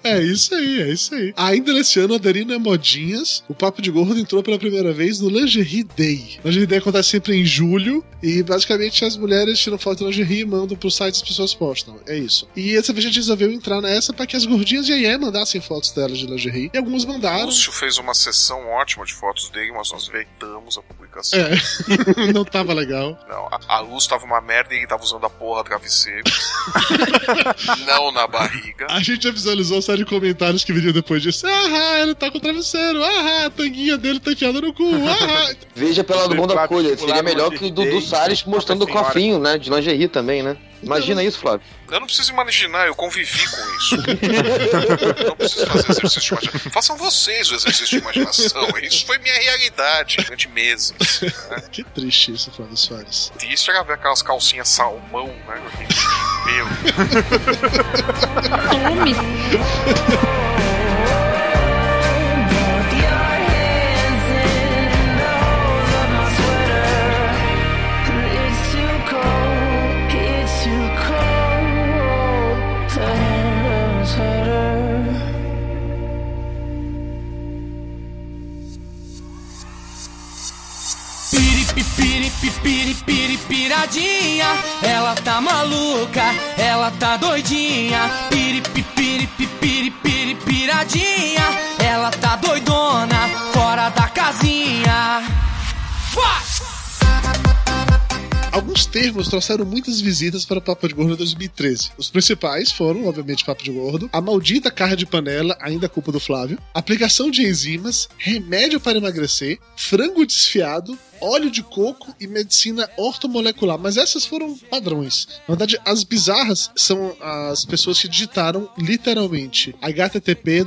Speaker 3: É isso aí, é isso aí. Ainda nesse ano, aderindo a é modinhas, o Papo de Gordo entrou pela primeira vez no Lingerie Day. Lingerie Day acontece sempre em julho e basicamente as mulheres tiram foto do lingerie e mandam pro site e as pessoas postam. É isso. E essa vez a gente resolveu entrar nessa pra que as gordinhas de Aie mandassem fotos delas de lingerie. E algumas mandaram.
Speaker 6: Lúcio fez uma sessão ótima de fotos dele, mas nós vetamos a publicação.
Speaker 3: É, não tava legal.
Speaker 6: Não, a, a luz tava uma merda e ele tava usando a porra do travesseiro. não na barriga.
Speaker 3: A gente já visualizou a série de comentários que viriam depois disso. Ah, ele tá com o travesseiro. Ah, a tanguinha dele tá enfiada no cu. Ah,
Speaker 9: Veja pela do bom da colha, seria melhor que Dudu Salles mostrando o cofinho, né? De lingerie também, né? Imagina isso, Flávio.
Speaker 6: Eu não preciso imaginar, eu convivi com isso. não preciso fazer exercício de imaginação. Façam vocês o exercício de imaginação. Isso foi minha realidade durante meses. Né?
Speaker 3: Que triste isso, Flávio Soares.
Speaker 6: Triste era ver aquelas calcinhas salmão, né? Meu.
Speaker 5: Tome.
Speaker 12: Piradinha, ela tá maluca, ela tá doidinha. Piri, pi, piri, pi, piri, piri, piradinha, ela tá doidona, fora da casinha.
Speaker 3: Alguns termos trouxeram muitas visitas para o Papo de Gordo em 2013. Os principais foram, obviamente, Papo de Gordo, a maldita carne de panela, ainda culpa do Flávio, aplicação de enzimas, remédio para emagrecer, frango desfiado, óleo de coco e medicina ortomolecular. Mas essas foram padrões. Na verdade, as bizarras são as pessoas que digitaram literalmente http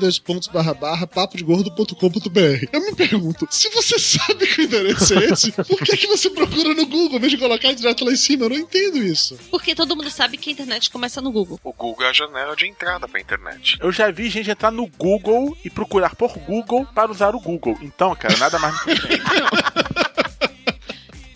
Speaker 3: papodegordo.com.br. Eu me pergunto, se você sabe que o endereço é esse, por que, que você procura no Google em vez de colocar direto lá em cima? Eu não entendo isso.
Speaker 5: Porque todo mundo sabe que a internet começa no Google.
Speaker 6: O Google é a janela de entrada pra internet.
Speaker 4: Eu já vi gente entrar no Google e procurar por Google para usar o Google. Então, cara, nada mais me surpreende.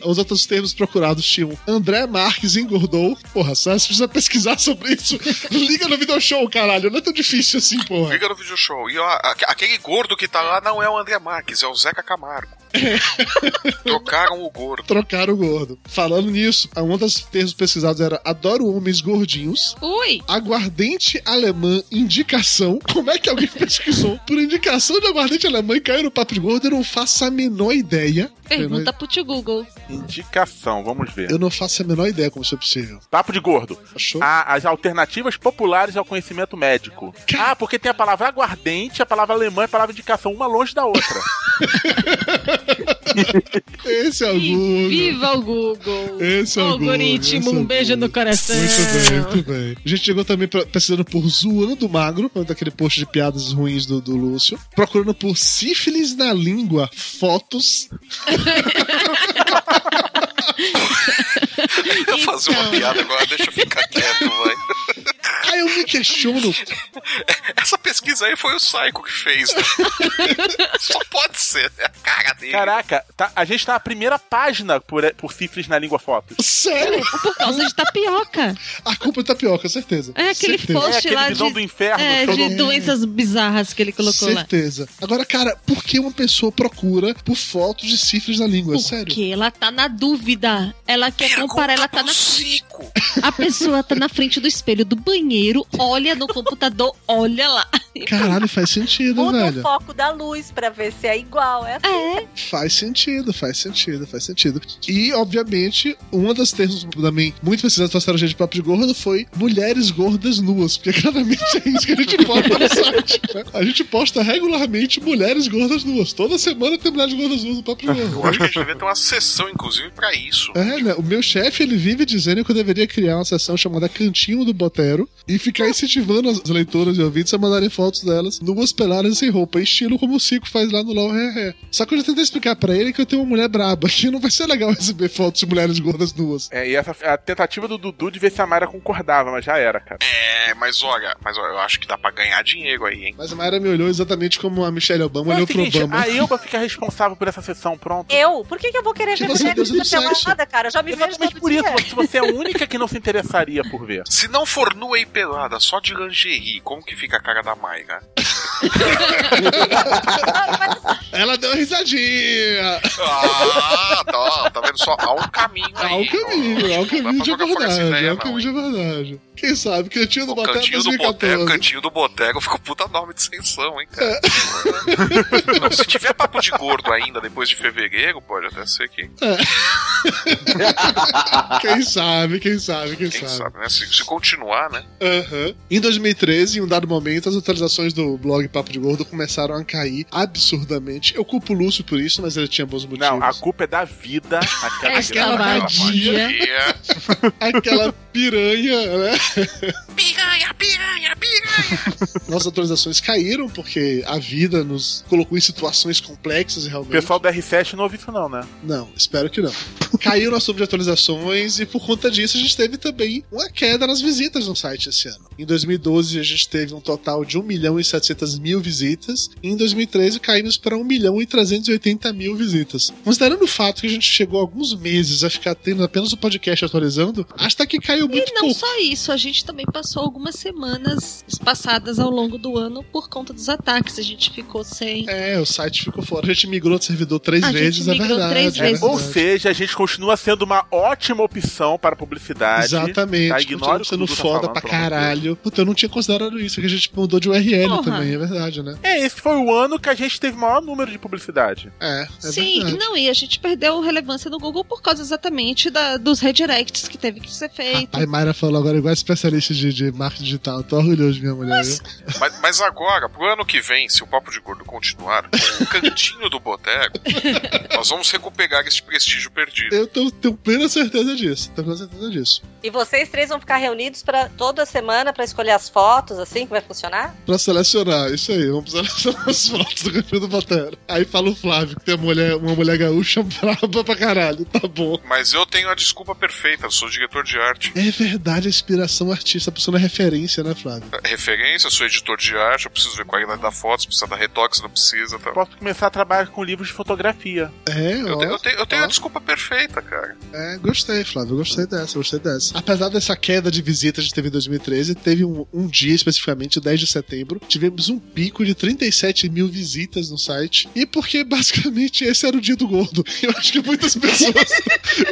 Speaker 3: Os outros termos procurados tinham André Marques engordou. Porra, só se precisa pesquisar sobre isso. Liga no video show, caralho. Não é tão difícil assim, porra.
Speaker 6: Liga no video show. E ó, aque- aquele gordo que tá lá não é o André Marques, é o Zeca Camargo. Trocaram um o gordo.
Speaker 3: Trocaram o gordo. Falando nisso, um dos termos pesquisados era adoro homens gordinhos.
Speaker 5: Ui!
Speaker 3: Aguardente alemã indicação. Como é que alguém pesquisou por indicação de aguardente alemã e caiu no papo de gordo? Eu não faço a menor ideia. É,
Speaker 5: Pergunta pro tio Google.
Speaker 4: Indicação, vamos ver.
Speaker 3: Eu não faço a menor ideia como isso é possível.
Speaker 4: Papo de gordo. Ah, as alternativas populares ao conhecimento médico. Ah, porque tem a palavra aguardente, a palavra alemã e a palavra indicação, uma longe da outra.
Speaker 3: Esse é o Google.
Speaker 5: Viva o Google!
Speaker 3: Esse é o Google, esse é
Speaker 5: Algoritmo,
Speaker 3: o
Speaker 5: um beijo no coração.
Speaker 3: Muito bem, muito bem. A gente chegou também pra- pesquisando por Zoando Magro, quanto aquele post de piadas ruins do, do Lúcio. Procurando por sífilis na língua, fotos. Então.
Speaker 6: Eu ia fazer uma piada agora, deixa eu ficar quieto, vai.
Speaker 3: Aí eu me questiono.
Speaker 6: Essa pesquisa aí foi o Psycho que fez. né? Só pode ser, né? A cara dele.
Speaker 4: Caraca, tá- a gente tá na primeira página por, por cifres na língua fotos.
Speaker 3: Sério?
Speaker 5: Por causa de tapioca.
Speaker 3: A culpa é tapioca, certeza.
Speaker 5: É aquele
Speaker 3: certeza.
Speaker 5: post lá
Speaker 4: visão
Speaker 5: de,
Speaker 4: do inferno,
Speaker 5: é,
Speaker 4: todo
Speaker 5: de
Speaker 4: mundo.
Speaker 5: doenças bizarras que ele colocou lá.
Speaker 3: Certeza. Agora, cara, por que uma pessoa procura por fotos de sífilis na língua? Sério.
Speaker 5: Porque ela tá na dúvida. Ela quer comparar, ela tá na. A pessoa tá na frente do espelho do banheiro, olha no computador, olha lá.
Speaker 3: Caralho, faz sentido,
Speaker 7: Muda o
Speaker 3: velho.
Speaker 7: foco da luz pra ver se é igual. É assim.
Speaker 3: Faz sentido, faz sentido, faz sentido. E, obviamente, uma das termos também muito pesquisadas para a gente de papo de gordo foi mulheres gordas nuas, porque claramente é isso que a gente posta no site. né? A gente posta regularmente mulheres gordas nuas. Toda semana tem mulheres gordas nuas no papo de
Speaker 6: Eu acho que a gente
Speaker 3: gordo.
Speaker 6: devia ter uma sessão, inclusive, pra isso.
Speaker 3: É, né? O meu chefe, ele vive dizendo que eu deveria criar uma sessão chamada Cantinho do Botero e ficar incentivando as leitoras e ouvintes a mandarem fotos delas nuas peladas e sem roupa, estilo como o Cico faz lá no LOL Ré Só que eu já tentei explicar pra ele que eu tenho uma mulher braba, que não vai ser legal receber fotos de mulheres gordas nuas.
Speaker 4: É, e essa a tentativa do Dudu de ver se a Mayra concordava, mas já era, cara.
Speaker 6: É, mas olha, mas olha, eu acho que dá pra ganhar dinheiro aí, hein?
Speaker 3: Mas a Mayra me olhou exatamente como a Michelle Obama
Speaker 4: Mas é
Speaker 3: olhou
Speaker 4: o seguinte,
Speaker 3: pro Obama.
Speaker 4: a Elba fica responsável por essa sessão, pronto.
Speaker 7: Eu? Por que, que eu vou querer
Speaker 3: Que
Speaker 7: ver
Speaker 3: você é
Speaker 7: mulher
Speaker 3: Deus do sexo.
Speaker 7: pelada, cara? Eu já me vejo todo
Speaker 4: Por
Speaker 7: dia.
Speaker 4: isso, se você é a única que não se interessaria por ver.
Speaker 6: Se não for nua e pelada, só de lingerie, como que fica a cara da Senai, né?
Speaker 3: Ela deu uma risadinha.
Speaker 6: Ah, tá, ó, tá vendo só? Há um caminho
Speaker 3: Há um
Speaker 6: aí.
Speaker 3: caminho, há um caminho de
Speaker 6: jogar fora essa
Speaker 3: verdade.
Speaker 6: ideia,
Speaker 3: Há um caminho de verdade. Quem sabe? Cantinho do Batata
Speaker 6: Cantinho do Boteco,
Speaker 3: 2014.
Speaker 6: cantinho do Boteco, ficou puta nome de sensação, hein, cara?
Speaker 3: É.
Speaker 6: Não, se tiver papo de gordo ainda depois de fevereiro, pode até ser que.
Speaker 3: É. Quem sabe, quem sabe, quem,
Speaker 6: Quem
Speaker 3: sabe.
Speaker 6: sabe, né? Se, se continuar, né?
Speaker 3: Aham. Em 2013, em um dado momento, as atualizações do blog Papo de Gordo começaram a cair absurdamente. Eu culpo o Lúcio por isso, mas ele tinha bons motivos.
Speaker 4: Não, a culpa é da vida. Aquela
Speaker 3: Esta
Speaker 4: grana, aquela
Speaker 3: vadia.
Speaker 4: vadia.
Speaker 3: Aquela piranha, né?
Speaker 6: Piranha, piranha, piranha!
Speaker 3: Nossas atualizações caíram porque a vida nos colocou em situações complexas
Speaker 4: O
Speaker 3: realmente.
Speaker 4: pessoal do R7 não ouviu isso, não, né?
Speaker 3: Não, espero que não. Caiu nosso número de atualizações e por conta disso a gente teve também uma queda nas visitas no site esse ano. Em 2012 a gente teve um total de 1 milhão e 700 mil visitas e em 2013 caímos para 1 milhão e 380 mil visitas. Considerando o fato que a gente chegou alguns meses a ficar tendo apenas o podcast atualizando, acho que caiu muito
Speaker 5: E não
Speaker 3: pouco.
Speaker 5: só isso, a gente também passou algumas semanas passadas ao longo do ano por conta dos ataques. A gente ficou sem.
Speaker 3: É, o site ficou fora. A gente migrou do servidor três
Speaker 5: A gente
Speaker 3: vezes, é
Speaker 5: migrou
Speaker 3: verdade.
Speaker 5: três
Speaker 3: é
Speaker 5: vezes.
Speaker 3: verdade.
Speaker 4: Ou seja, a gente continua sendo uma ótima opção para publicidade.
Speaker 3: Exatamente.
Speaker 4: Tá?
Speaker 3: Continua
Speaker 4: Ignora o que o
Speaker 3: sendo
Speaker 4: Dudu tá
Speaker 3: foda
Speaker 4: falando,
Speaker 3: pra
Speaker 4: pelo amor de
Speaker 3: caralho. Puta, eu não tinha considerado isso, que a gente mudou de URL
Speaker 5: Porra.
Speaker 3: também, é verdade, né?
Speaker 4: Deus. É, esse foi o ano que a gente teve o maior número de publicidade.
Speaker 3: É,
Speaker 5: Sim, não, e a gente perdeu relevância no Google por causa exatamente da- dos redirects que teve que ser feito.
Speaker 3: A Mayra falou agora igual especialista de, de marketing digital. Eu tô orgulhoso de minha mulher, viu?
Speaker 6: Mas, mas agora, pro ano que vem, se o Papo de Gordo continuar, com o cantinho do Boteco, nós vamos recuperar esse prestígio perdido.
Speaker 3: Eu tô- tenho plena certeza disso. Tenho plena certeza disso.
Speaker 7: E vocês três vão ficar reunidos para toda semana pra escolher as fotos, assim, que vai funcionar?
Speaker 3: Pra selecionar, isso aí. Vamos selecionar as fotos do Cantinho do Batera. Aí fala o Flávio, que tem uma mulher, uma mulher gaúcha braba pra caralho. Tá bom.
Speaker 6: Mas eu tenho a desculpa perfeita, eu sou diretor de arte.
Speaker 3: É verdade, a inspiração artista. A pessoa não é referência, né, Flávio?
Speaker 6: Referência, sou editor de arte, eu preciso ver qualidade da foto, se precisa da retox, não precisa. Tá.
Speaker 4: Posso começar a trabalhar com livros de fotografia.
Speaker 3: É,
Speaker 6: Eu, te- eu te- eu tenho a desculpa perfeita, cara.
Speaker 3: É, gostei, Flávio. Gostei dessa, gostei dessa. Apesar dessa queda de visitas que teve em 2013, teve um, um dia especificamente, o 10 de setembro, tivemos um pico de 37 mil visitas no site. E porque basicamente esse era o dia do gordo. Eu acho que muitas pessoas,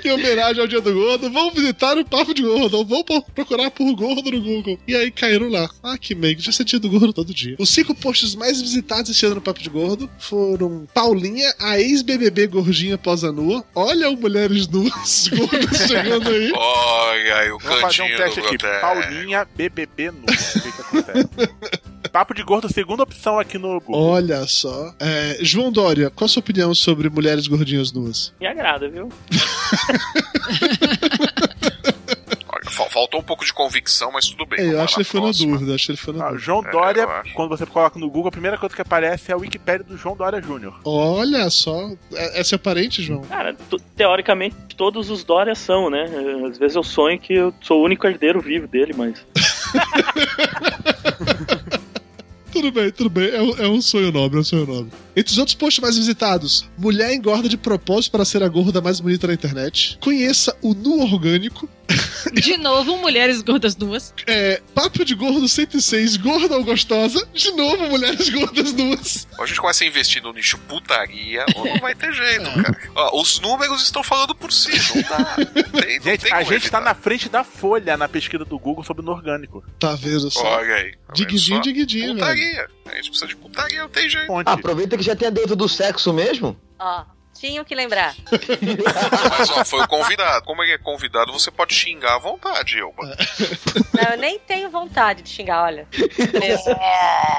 Speaker 3: em homenagem ao é dia do gordo, vão visitar o papo de gordo, ou vão pro- procurar por gordo no Google. E aí caíram lá. Ah, que meio, já ser dia do gordo todo dia. Os cinco posts mais visitados esse ano no Papo de Gordo foram Paulinha, a ex-BBB gordinha pós-anua. Olha o Mulheres Nuas gordas chegando aí.
Speaker 6: Olha aí o
Speaker 4: Vamos fazer um
Speaker 6: cantinho
Speaker 4: teste
Speaker 6: do
Speaker 4: aqui.
Speaker 6: Boteco.
Speaker 4: Paulinha BBB nu. Vamos ver o que acontece. Papo de gordo, segunda opção aqui no Google.
Speaker 3: Olha só. É, João Dória, qual a sua opinião sobre mulheres gordinhas nuas?
Speaker 8: Me agrada, viu?
Speaker 6: Olha, fal- faltou um pouco de convicção, mas tudo bem.
Speaker 3: É,
Speaker 6: vamos
Speaker 3: eu
Speaker 6: lá
Speaker 3: acho que
Speaker 6: na
Speaker 3: ele foi na
Speaker 6: próxima.
Speaker 3: dúvida. Acho que ele foi na
Speaker 4: Ah,
Speaker 3: dúvida.
Speaker 4: João Dória,
Speaker 6: eu acho.
Speaker 4: quando você coloca no Google, a primeira coisa que aparece é a Wikipédia do João Dória Júnior.
Speaker 3: Olha só. É, é seu parente, João?
Speaker 8: Cara, to- teoricamente todos os Dórias são, né? Às vezes eu sonho que eu sou o único herdeiro vivo dele, mas.
Speaker 3: Tudo bem, tudo bem. É, um- é um sonho nobre, é um sonho nobre. Entre os outros posts mais visitados, mulher engorda de propósito para ser a gorda mais bonita na internet. Conheça o nu orgânico.
Speaker 5: De novo, mulheres gordas nuas.
Speaker 3: É, papo de gordo 106, gorda ou gostosa. De novo, mulheres gordas nuas.
Speaker 6: Ou A gente começa a investir no nicho putaria, ou não vai ter jeito,
Speaker 3: É.
Speaker 6: cara. Ó, os números estão falando por si, não dá. Tem- não
Speaker 4: Gente,
Speaker 6: tem
Speaker 4: a
Speaker 6: como
Speaker 4: gente tá
Speaker 6: evitar.
Speaker 4: na frente da folha na pesquisa do Google sobre no orgânico.
Speaker 3: Tá vendo só?
Speaker 6: Olha aí. tá vendo
Speaker 3: Diguidinho,
Speaker 6: só?
Speaker 3: diguidinho,
Speaker 6: Putaria. A gente precisa de putaria, não tem jeito.
Speaker 9: Ah, Aproveita que já tem a deusa do sexo mesmo.
Speaker 7: Ó, tinha que lembrar.
Speaker 6: Mas ó, foi o convidado. Como ele é convidado, você pode xingar à vontade, Elba.
Speaker 3: É.
Speaker 7: Não, eu nem tenho vontade de xingar, olha. Desprezo.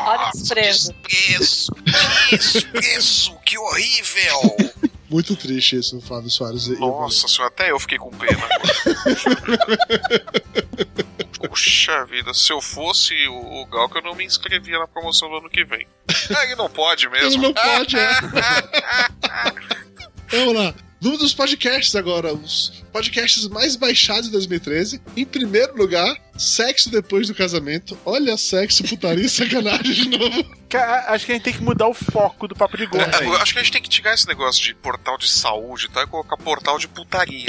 Speaker 7: Olha o desprezo.
Speaker 6: Desprezo. Desprezo, que horrível!
Speaker 3: Muito triste isso, Flávio Soares. e- e o
Speaker 6: Nossa senhora, até eu fiquei com pena agora. Puxa vida, se eu fosse o, o Gal, que eu não me inscrevia na promoção do ano que vem. Ah, ele não pode mesmo.
Speaker 3: Ele não pode, é.
Speaker 6: Ah,
Speaker 3: Vamos lá. Vamos dos podcasts agora, os podcasts mais baixados de 2013. Em primeiro lugar, Sexo depois do casamento. Olha sexo, putaria e sacanagem de novo.
Speaker 4: acho que a gente tem que mudar o foco do papo de gordo.
Speaker 6: É, eu acho que a gente tem que tirar esse negócio de portal de saúde e tal e colocar portal de putaria.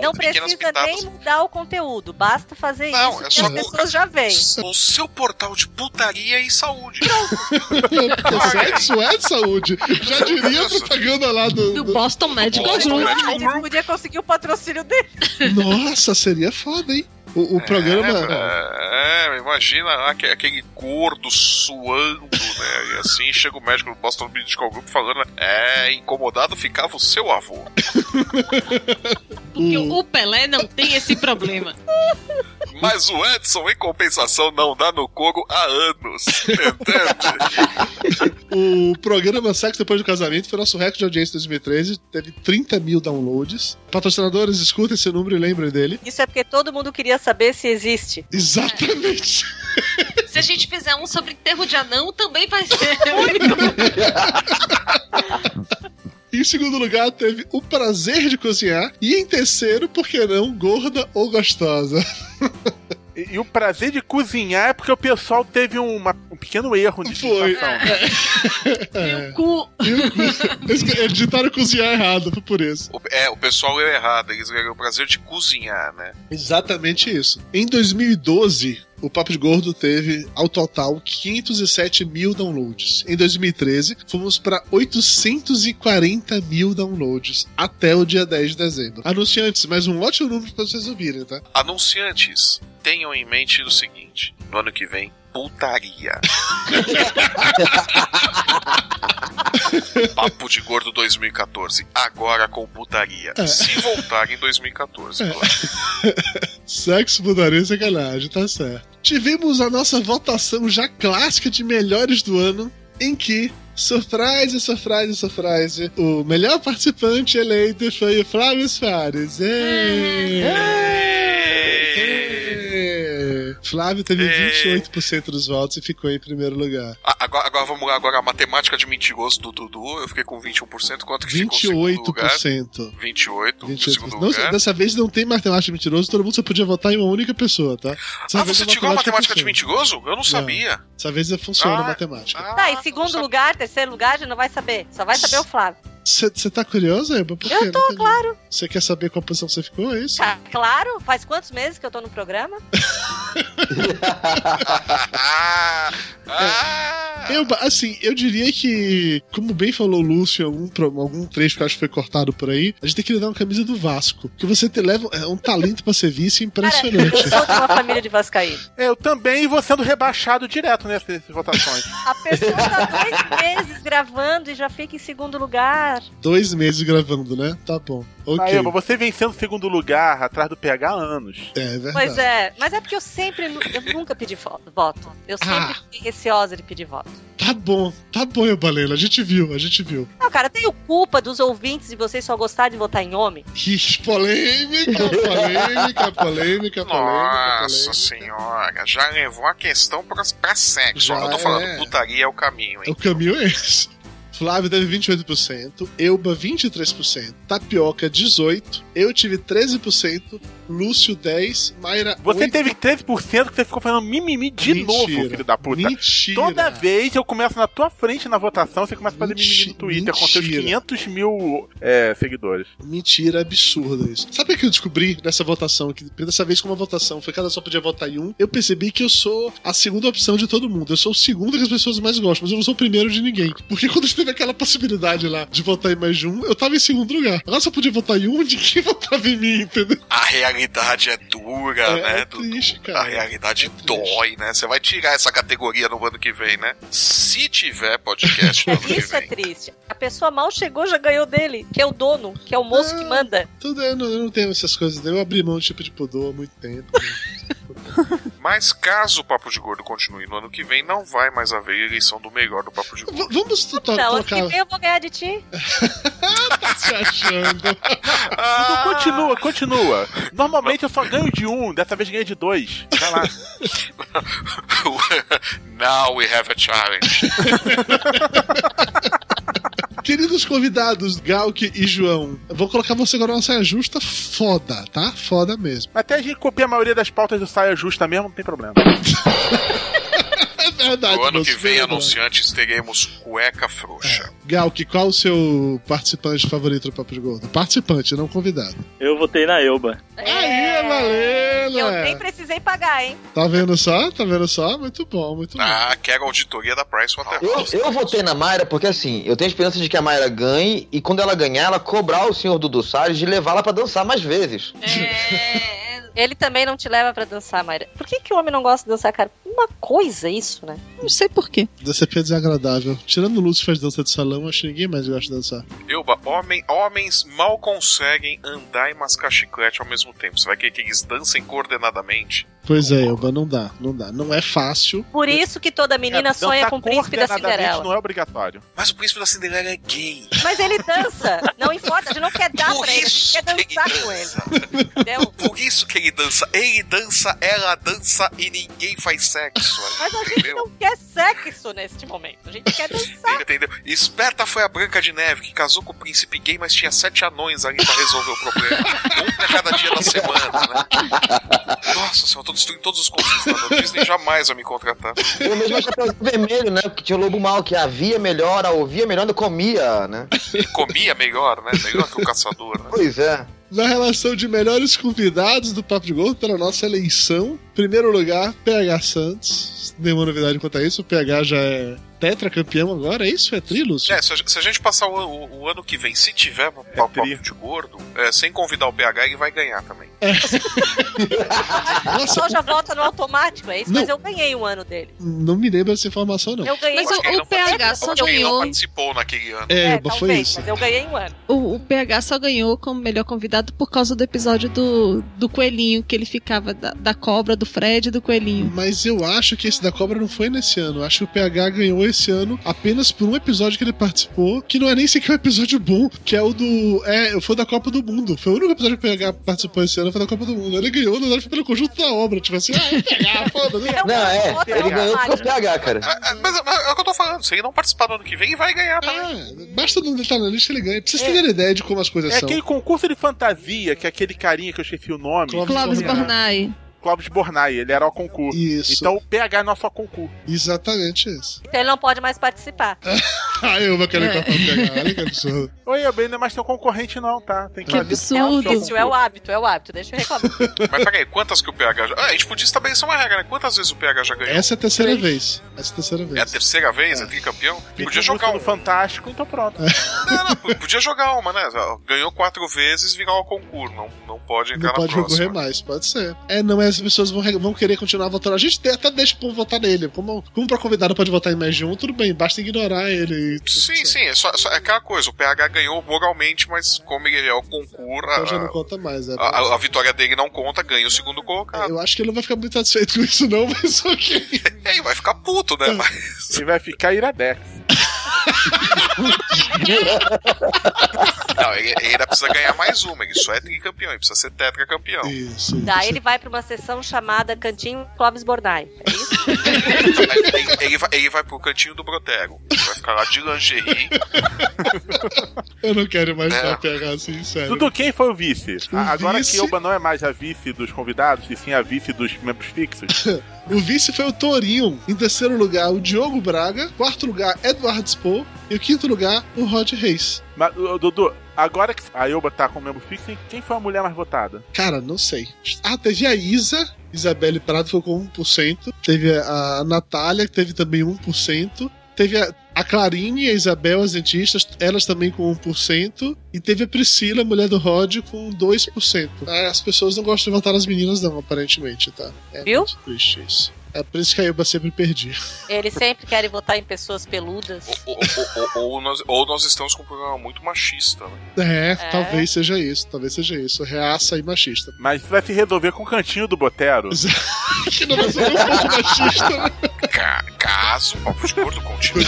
Speaker 7: Não precisa nem mudar o conteúdo, basta fazer
Speaker 6: Não,
Speaker 7: isso
Speaker 6: é
Speaker 7: que
Speaker 6: só
Speaker 7: as pessoas já veem.
Speaker 6: O seu portal de putaria e saúde.
Speaker 3: Porque sexo é de saúde. Já diria a propaganda lá do.
Speaker 5: Do Boston Medical
Speaker 3: Boston
Speaker 5: Group.
Speaker 3: Medical
Speaker 7: Ele Ah, podia conseguir o patrocínio dele.
Speaker 3: Nossa, seria foda, hein? O, o programa.
Speaker 6: É, é, imagina lá, aque- aquele gordo suando, né? E assim chega o médico do Boston Medical Group falando: É, incomodado ficava o seu avô.
Speaker 5: Porque o Pelé não tem esse problema.
Speaker 6: Mas o Edson, em compensação, não dá no cogo há anos.
Speaker 3: O programa Sexo Depois do Casamento foi nosso recorde de audiência em 2013. Teve 30 mil downloads. Patrocinadores, escutem esse número e lembrem dele.
Speaker 7: Isso é porque todo mundo queria saber se existe.
Speaker 3: Exatamente.
Speaker 5: Se a gente fizer um sobre enterro de anão, também vai ser.
Speaker 3: Em segundo lugar, teve o prazer de cozinhar. E em terceiro, por que não, gorda ou gostosa?
Speaker 4: E, e o prazer de cozinhar é porque o pessoal teve uma- um pequeno erro de Foi.
Speaker 5: Cu.
Speaker 3: É. Eles editaram cozinhar errado, foi por isso.
Speaker 6: é, o pessoal leu errado, eles ganharam o prazer de cozinhar, né?
Speaker 3: Exatamente isso. Em 2012, o Papo de Gordo teve, ao total, 507 mil downloads. Em 2013, fomos para 840 mil downloads até o dia 10 de dezembro. Anunciantes, mais um ótimo número para vocês ouvirem, tá?
Speaker 6: Anunciantes, tenham em mente o seguinte: no ano que vem, putaria. Papo de Gordo 2014, agora com putaria.
Speaker 3: É.
Speaker 6: Se voltar em 2014,
Speaker 3: É.
Speaker 6: claro.
Speaker 3: Sexo, putaria e sacanagem, tá certo. Tivemos a nossa votação já clássica de melhores do ano, em que, surprise, surprise, surprise, o melhor participante eleito foi o Flávio Soares. Ê! Ê! Flávio teve 28% dos votos e ficou em primeiro lugar.
Speaker 6: Ah, agora, agora vamos lá, agora a matemática de mentiroso do Dudu, eu fiquei com 21%, quanto que ficou o segundo lugar?
Speaker 3: 28%.
Speaker 6: 28, 28 segundo
Speaker 3: Não,
Speaker 6: lugar.
Speaker 3: dessa vez não tem matemática de mentiroso, todo mundo só podia votar em uma única pessoa, tá? Dessa
Speaker 6: Ah,
Speaker 3: vez
Speaker 6: você tirou a matemática de
Speaker 3: funciona.
Speaker 6: mentiroso? Eu não sabia.
Speaker 3: Dessa vez funciona a
Speaker 6: Ah,
Speaker 3: matemática.
Speaker 7: tá, em segundo lugar, terceiro lugar, já não vai saber. Só vai saber o Flávio.
Speaker 3: Você tá curioso, Eba? Por
Speaker 7: Eu tô, claro.
Speaker 3: Você quer saber qual posição você ficou, é isso?
Speaker 7: Tá, claro, faz quantos meses que eu tô no programa?
Speaker 3: Eu, assim, eu diria que, como bem falou o Lúcio, em algum, pro- algum trecho que eu acho que foi cortado por aí, a gente tem que levar uma camisa do Vasco. Que você te leva é um talento pra ser vice impressionante.
Speaker 7: Eu sou de uma família de vascaíno.
Speaker 4: Eu também vou sendo rebaixado direto nessas votações.
Speaker 7: A pessoa tá dois meses gravando e já fica em segundo lugar.
Speaker 3: Dois meses gravando, né? Tá bom. Ok.
Speaker 4: Aí, Eva, você vencendo segundo lugar atrás do PH há anos.
Speaker 3: É verdade. Ah.
Speaker 7: Pois é, mas é porque eu sempre, nu- eu nunca pedi fo- voto. Eu sempre fiquei receosa de pedir voto.
Speaker 3: Tá bom, tá bom, eu Balela. A gente viu, a gente viu.
Speaker 7: Não, cara, eu tenho culpa dos ouvintes de vocês só gostarem de votar em homem.
Speaker 3: Ixi, polêmica, polêmica, polêmica, polêmica.
Speaker 6: Nossa senhora, já levou a questão pra, pra sexo.
Speaker 3: Já
Speaker 6: eu tô falando,
Speaker 3: é.
Speaker 6: putaria é o caminho, hein?
Speaker 3: O caminho é esse. Flávio teve 28%, Euba 23%, Tapioca 18%, eu tive 13%, Lúcio 10%, Mayra
Speaker 4: Você
Speaker 3: 8%.
Speaker 4: teve 13% que você ficou falando mimimi de
Speaker 3: Mentira.
Speaker 4: novo, filho da puta.
Speaker 3: Mentira.
Speaker 4: Toda vez eu começo na tua frente na votação, você começa a fazer mimimi no Twitter com seus
Speaker 3: mentira.
Speaker 4: 500 mil é, seguidores.
Speaker 3: Mentira absurda isso. Sabe o que eu descobri nessa votação? Que dessa vez, como a votação foi cada só podia votar em um, eu percebi que eu sou a segunda opção de todo mundo. Eu sou o segundo que as pessoas mais gostam, mas eu não sou o primeiro de ninguém. Porque quando teve aquela possibilidade lá de votar em mais de um, eu tava em segundo lugar. Agora só podia votar em um, ninguém votava em mim, entendeu?
Speaker 6: A realidade é dura,
Speaker 3: É,
Speaker 6: né,
Speaker 3: é
Speaker 6: Dudu?
Speaker 3: triste, cara. É
Speaker 6: A realidade dói, né? Você vai tirar essa categoria no ano que vem, né? Se tiver podcast no ano que
Speaker 7: Isso
Speaker 6: vem.
Speaker 7: é triste. A pessoa mal chegou já ganhou dele, que é o dono, que é o moço que manda.
Speaker 3: Tudo é, eu não, eu não tenho essas coisas. Eu abri mão de tipo de pudor há muito tempo.
Speaker 6: Mas caso o Papo de Gordo continue no ano que vem, não vai mais haver eleição do melhor do Papo de Gordo.
Speaker 3: V- vamos to- to-
Speaker 7: Não, ano que
Speaker 3: tocar.
Speaker 7: vem eu vou ganhar de ti.
Speaker 3: tá se achando.
Speaker 4: Dudu, continua, continua. Normalmente eu só ganho de um, dessa vez ganhei de dois. Vai lá.
Speaker 6: Now we have a challenge.
Speaker 3: Queridos convidados, Galk e João, eu vou colocar você agora numa saia justa foda, tá? Foda mesmo.
Speaker 4: Até a gente copia a maioria das pautas do Saia Justa mesmo, não tem problema.
Speaker 3: É verdade.
Speaker 6: No ano que
Speaker 3: você
Speaker 6: vem,
Speaker 3: é
Speaker 6: anunciantes, teremos cueca frouxa.
Speaker 3: verdade. Galk, qual o seu participante favorito do Papo de Gordo? Participante, não convidado.
Speaker 8: Eu votei na Elba.
Speaker 3: Aí, valendo!
Speaker 7: É, Eu nem precisei pagar, hein?
Speaker 3: Tá vendo só? Tá vendo só? Muito bom, muito bom.
Speaker 6: Ah, quero auditoria da Price
Speaker 9: Eu, eu votei na Mayra porque assim, eu tenho a esperança de que a Mayra ganhe e quando ela ganhar, ela cobrar o senhor Dudu Salles de levá-la pra dançar mais vezes.
Speaker 7: Ele também não te leva pra dançar, Mayra. Por que, que o homem não gosta de dançar, cara? Uma coisa isso, né?
Speaker 5: Não sei porquê.
Speaker 3: DCP é desagradável. Tirando o Lúcio que faz dança de salão, acho que ninguém mais gosta de dançar.
Speaker 6: Euba, homem, homens mal conseguem andar e mascar chiclete ao mesmo tempo. Você vai querer que eles dancem coordenadamente?
Speaker 3: Pois é, Elba, não dá, não dá. Não é fácil.
Speaker 7: Por isso que toda menina sonha com o príncipe da Cinderela.
Speaker 4: tá é obrigatório.
Speaker 6: Mas o príncipe da Cinderela é gay.
Speaker 7: Mas ele dança. Não importa, a gente não quer dar pra ele, a gente quer dançar com ele.
Speaker 6: Por isso que ele dança. Ele dança, ela dança e ninguém faz sexo.
Speaker 7: Mas a gente
Speaker 6: entendeu?
Speaker 7: não quer sexo neste momento. A gente quer dançar.
Speaker 6: Entendeu? Esperta foi a Branca de Neve, que casou com o príncipe gay, mas tinha sete anões ali pra resolver o problema. Um pra cada dia da semana, né? Nossa senhora, eu tô destruindo todos os conquistadores. A Disney jamais vai me contratar.
Speaker 9: Eu mesmo achei vermelho, né? Porque tinha o lobo mal que havia melhor, a ouvia melhor, ainda comia, né?
Speaker 6: E comia melhor, né? Melhor que o caçador, né?
Speaker 9: Pois é.
Speaker 3: Na relação de melhores convidados do Papo de Gordo pela nossa eleição, primeiro lugar, PH Santos. Nenhuma novidade quanto a isso, o PH já é tetracampeão agora, é isso? É tri, Lúcio?
Speaker 6: É, se a, se a gente passar o, o- o ano que vem, se tiver um papo de gordo, é, sem convidar o PH, ele vai ganhar também.
Speaker 7: O pessoal já volta no automático, é isso?
Speaker 3: Não.
Speaker 7: Mas eu ganhei um ano dele.
Speaker 3: Não me lembro dessa informação, não.
Speaker 7: Eu ganhei
Speaker 5: Mas o- o PH só ganhou.
Speaker 6: Participou naquele ano.
Speaker 3: É, Elba, foi isso.
Speaker 7: Mas eu ganhei um ano.
Speaker 5: O, o PH só ganhou como melhor convidado por causa do episódio do, do coelhinho, que ele ficava da, da cobra, do Fred e do coelhinho.
Speaker 3: Mas eu acho que esse da cobra não foi nesse ano. Eu Acho que o PH ganhou esse ano apenas por um episódio que ele participou, que não é nem sequer um episódio bom, que é o do. É, foi o da Copa do Mundo. Foi o único episódio que o PH participou esse ano, foi da Copa do Mundo. Ele ganhou, na verdade, foi pelo conjunto da obra. Tipo assim, ah, é um PH, foda-se.
Speaker 6: um
Speaker 9: Não, é, ele ganhou porque é o PH, cara.
Speaker 6: Mas, mas é o que eu tô falando, se ele não participar no ano que vem, ele vai ganhar
Speaker 3: também. Basta não estar na lista, ele ganha. Pra vocês terem ideia de como as coisas
Speaker 4: É
Speaker 3: são.
Speaker 4: aquele concurso de fantasia que é aquele carinha que eu esqueci o nome.
Speaker 5: Clóvis Bornai.
Speaker 4: Clóvis Bornai, ele era o concurso.
Speaker 3: Isso.
Speaker 4: Então o PH é nosso concurso.
Speaker 3: Exatamente isso.
Speaker 7: Então ele não pode mais participar.
Speaker 3: Ah, eu vou querer
Speaker 4: É.
Speaker 3: encontrar o né? PH, olha que absurdo.
Speaker 4: Oi, eu bem, não é mais teu concorrente, não, tá? Tem que,
Speaker 3: Que
Speaker 4: fazer.
Speaker 7: É o vício, é o hábito, é o hábito. Deixa eu reclamar.
Speaker 6: Mas peraí, quantas que o PH já. Ah, a gente podia estabelecer uma regra, né? Quantas vezes o PH já ganhou?
Speaker 3: Essa é a terceira vez. Essa é a terceira vez.
Speaker 6: É a terceira vez, é tricampeão? Podia jogar um.
Speaker 4: Fantástico, então pronto.
Speaker 6: Não, não, p- podia jogar uma, né? Ganhou quatro vezes, virar o concurso. Não, não pode entrar
Speaker 3: Não pode
Speaker 6: na próxima.
Speaker 3: recorrer mais, pode ser. É, não, mas as pessoas vão, re- vão querer continuar votando. A gente te- até deixa o povo votar nele. Como, como pra convidado pode votar em mais de um, tudo bem, basta ignorar ele.
Speaker 6: Sim, sim, é, só, só- é aquela coisa. O PH ganhou moralmente, mas como ele é o concurso,
Speaker 3: Então já não
Speaker 6: a,
Speaker 3: conta mais, é.
Speaker 6: a- a vitória dele não conta, ganha o segundo colocado.
Speaker 3: Eu acho que ele não vai ficar muito satisfeito com isso, não, mas ok.
Speaker 6: E aí vai ficar puto,
Speaker 3: É.
Speaker 6: né? Mas...
Speaker 4: Ele vai ficar iradex.
Speaker 6: Não, ele, ele ainda precisa ganhar mais uma. Ele só é tricampeão, ele precisa ser tetracampeão.
Speaker 3: Isso.
Speaker 7: Daí ele vai pra uma sessão chamada Cantinho Clóvis Bornai. É
Speaker 6: Ele, ele vai, ele vai pro cantinho do Brotero. Ele vai ficar lá de lingerie.
Speaker 3: Eu não quero mais
Speaker 6: É.
Speaker 3: é. PH assim, sério.
Speaker 4: Dudu, quem foi o vice? A- Agora
Speaker 3: vice-
Speaker 4: que Elba não é mais a vice dos convidados, e sim a vice dos membros fixos.
Speaker 3: O vice foi o Torinho. Em terceiro lugar, o Diogo Braga. Quarto lugar, Eduardo Spoh. E o quinto lugar, o Rod Reis.
Speaker 4: Mas, ô, Dudu, agora que a Elba tá com o membro fixo, quem foi a mulher mais votada?
Speaker 3: Cara, não sei. Ah, teve a Isa, Isabelle Prado ficou com 1%. Teve a Natália, que teve também 1%. Teve a, a Clarine e a Isabel, as dentistas, elas também com 1%. E teve a Priscila, mulher do Rod, com 2%. Ah, As pessoas não gostam de votar nas meninas, não, aparentemente, tá? É
Speaker 7: Viu?
Speaker 3: muito triste isso. É por isso que a Yuba sempre perdi.
Speaker 7: Eles sempre querem votar em pessoas peludas.
Speaker 6: Ou, ou- ou- ou nós, ou nós estamos com um programa muito machista, né?
Speaker 3: É,
Speaker 7: É.
Speaker 3: talvez seja isso, talvez seja isso. É Reaça e machista.
Speaker 4: Mas isso vai se resolver com o cantinho do Botero.
Speaker 3: que não vai ser um pouco machista, né?
Speaker 6: Ca- caso o papo de gordo continue.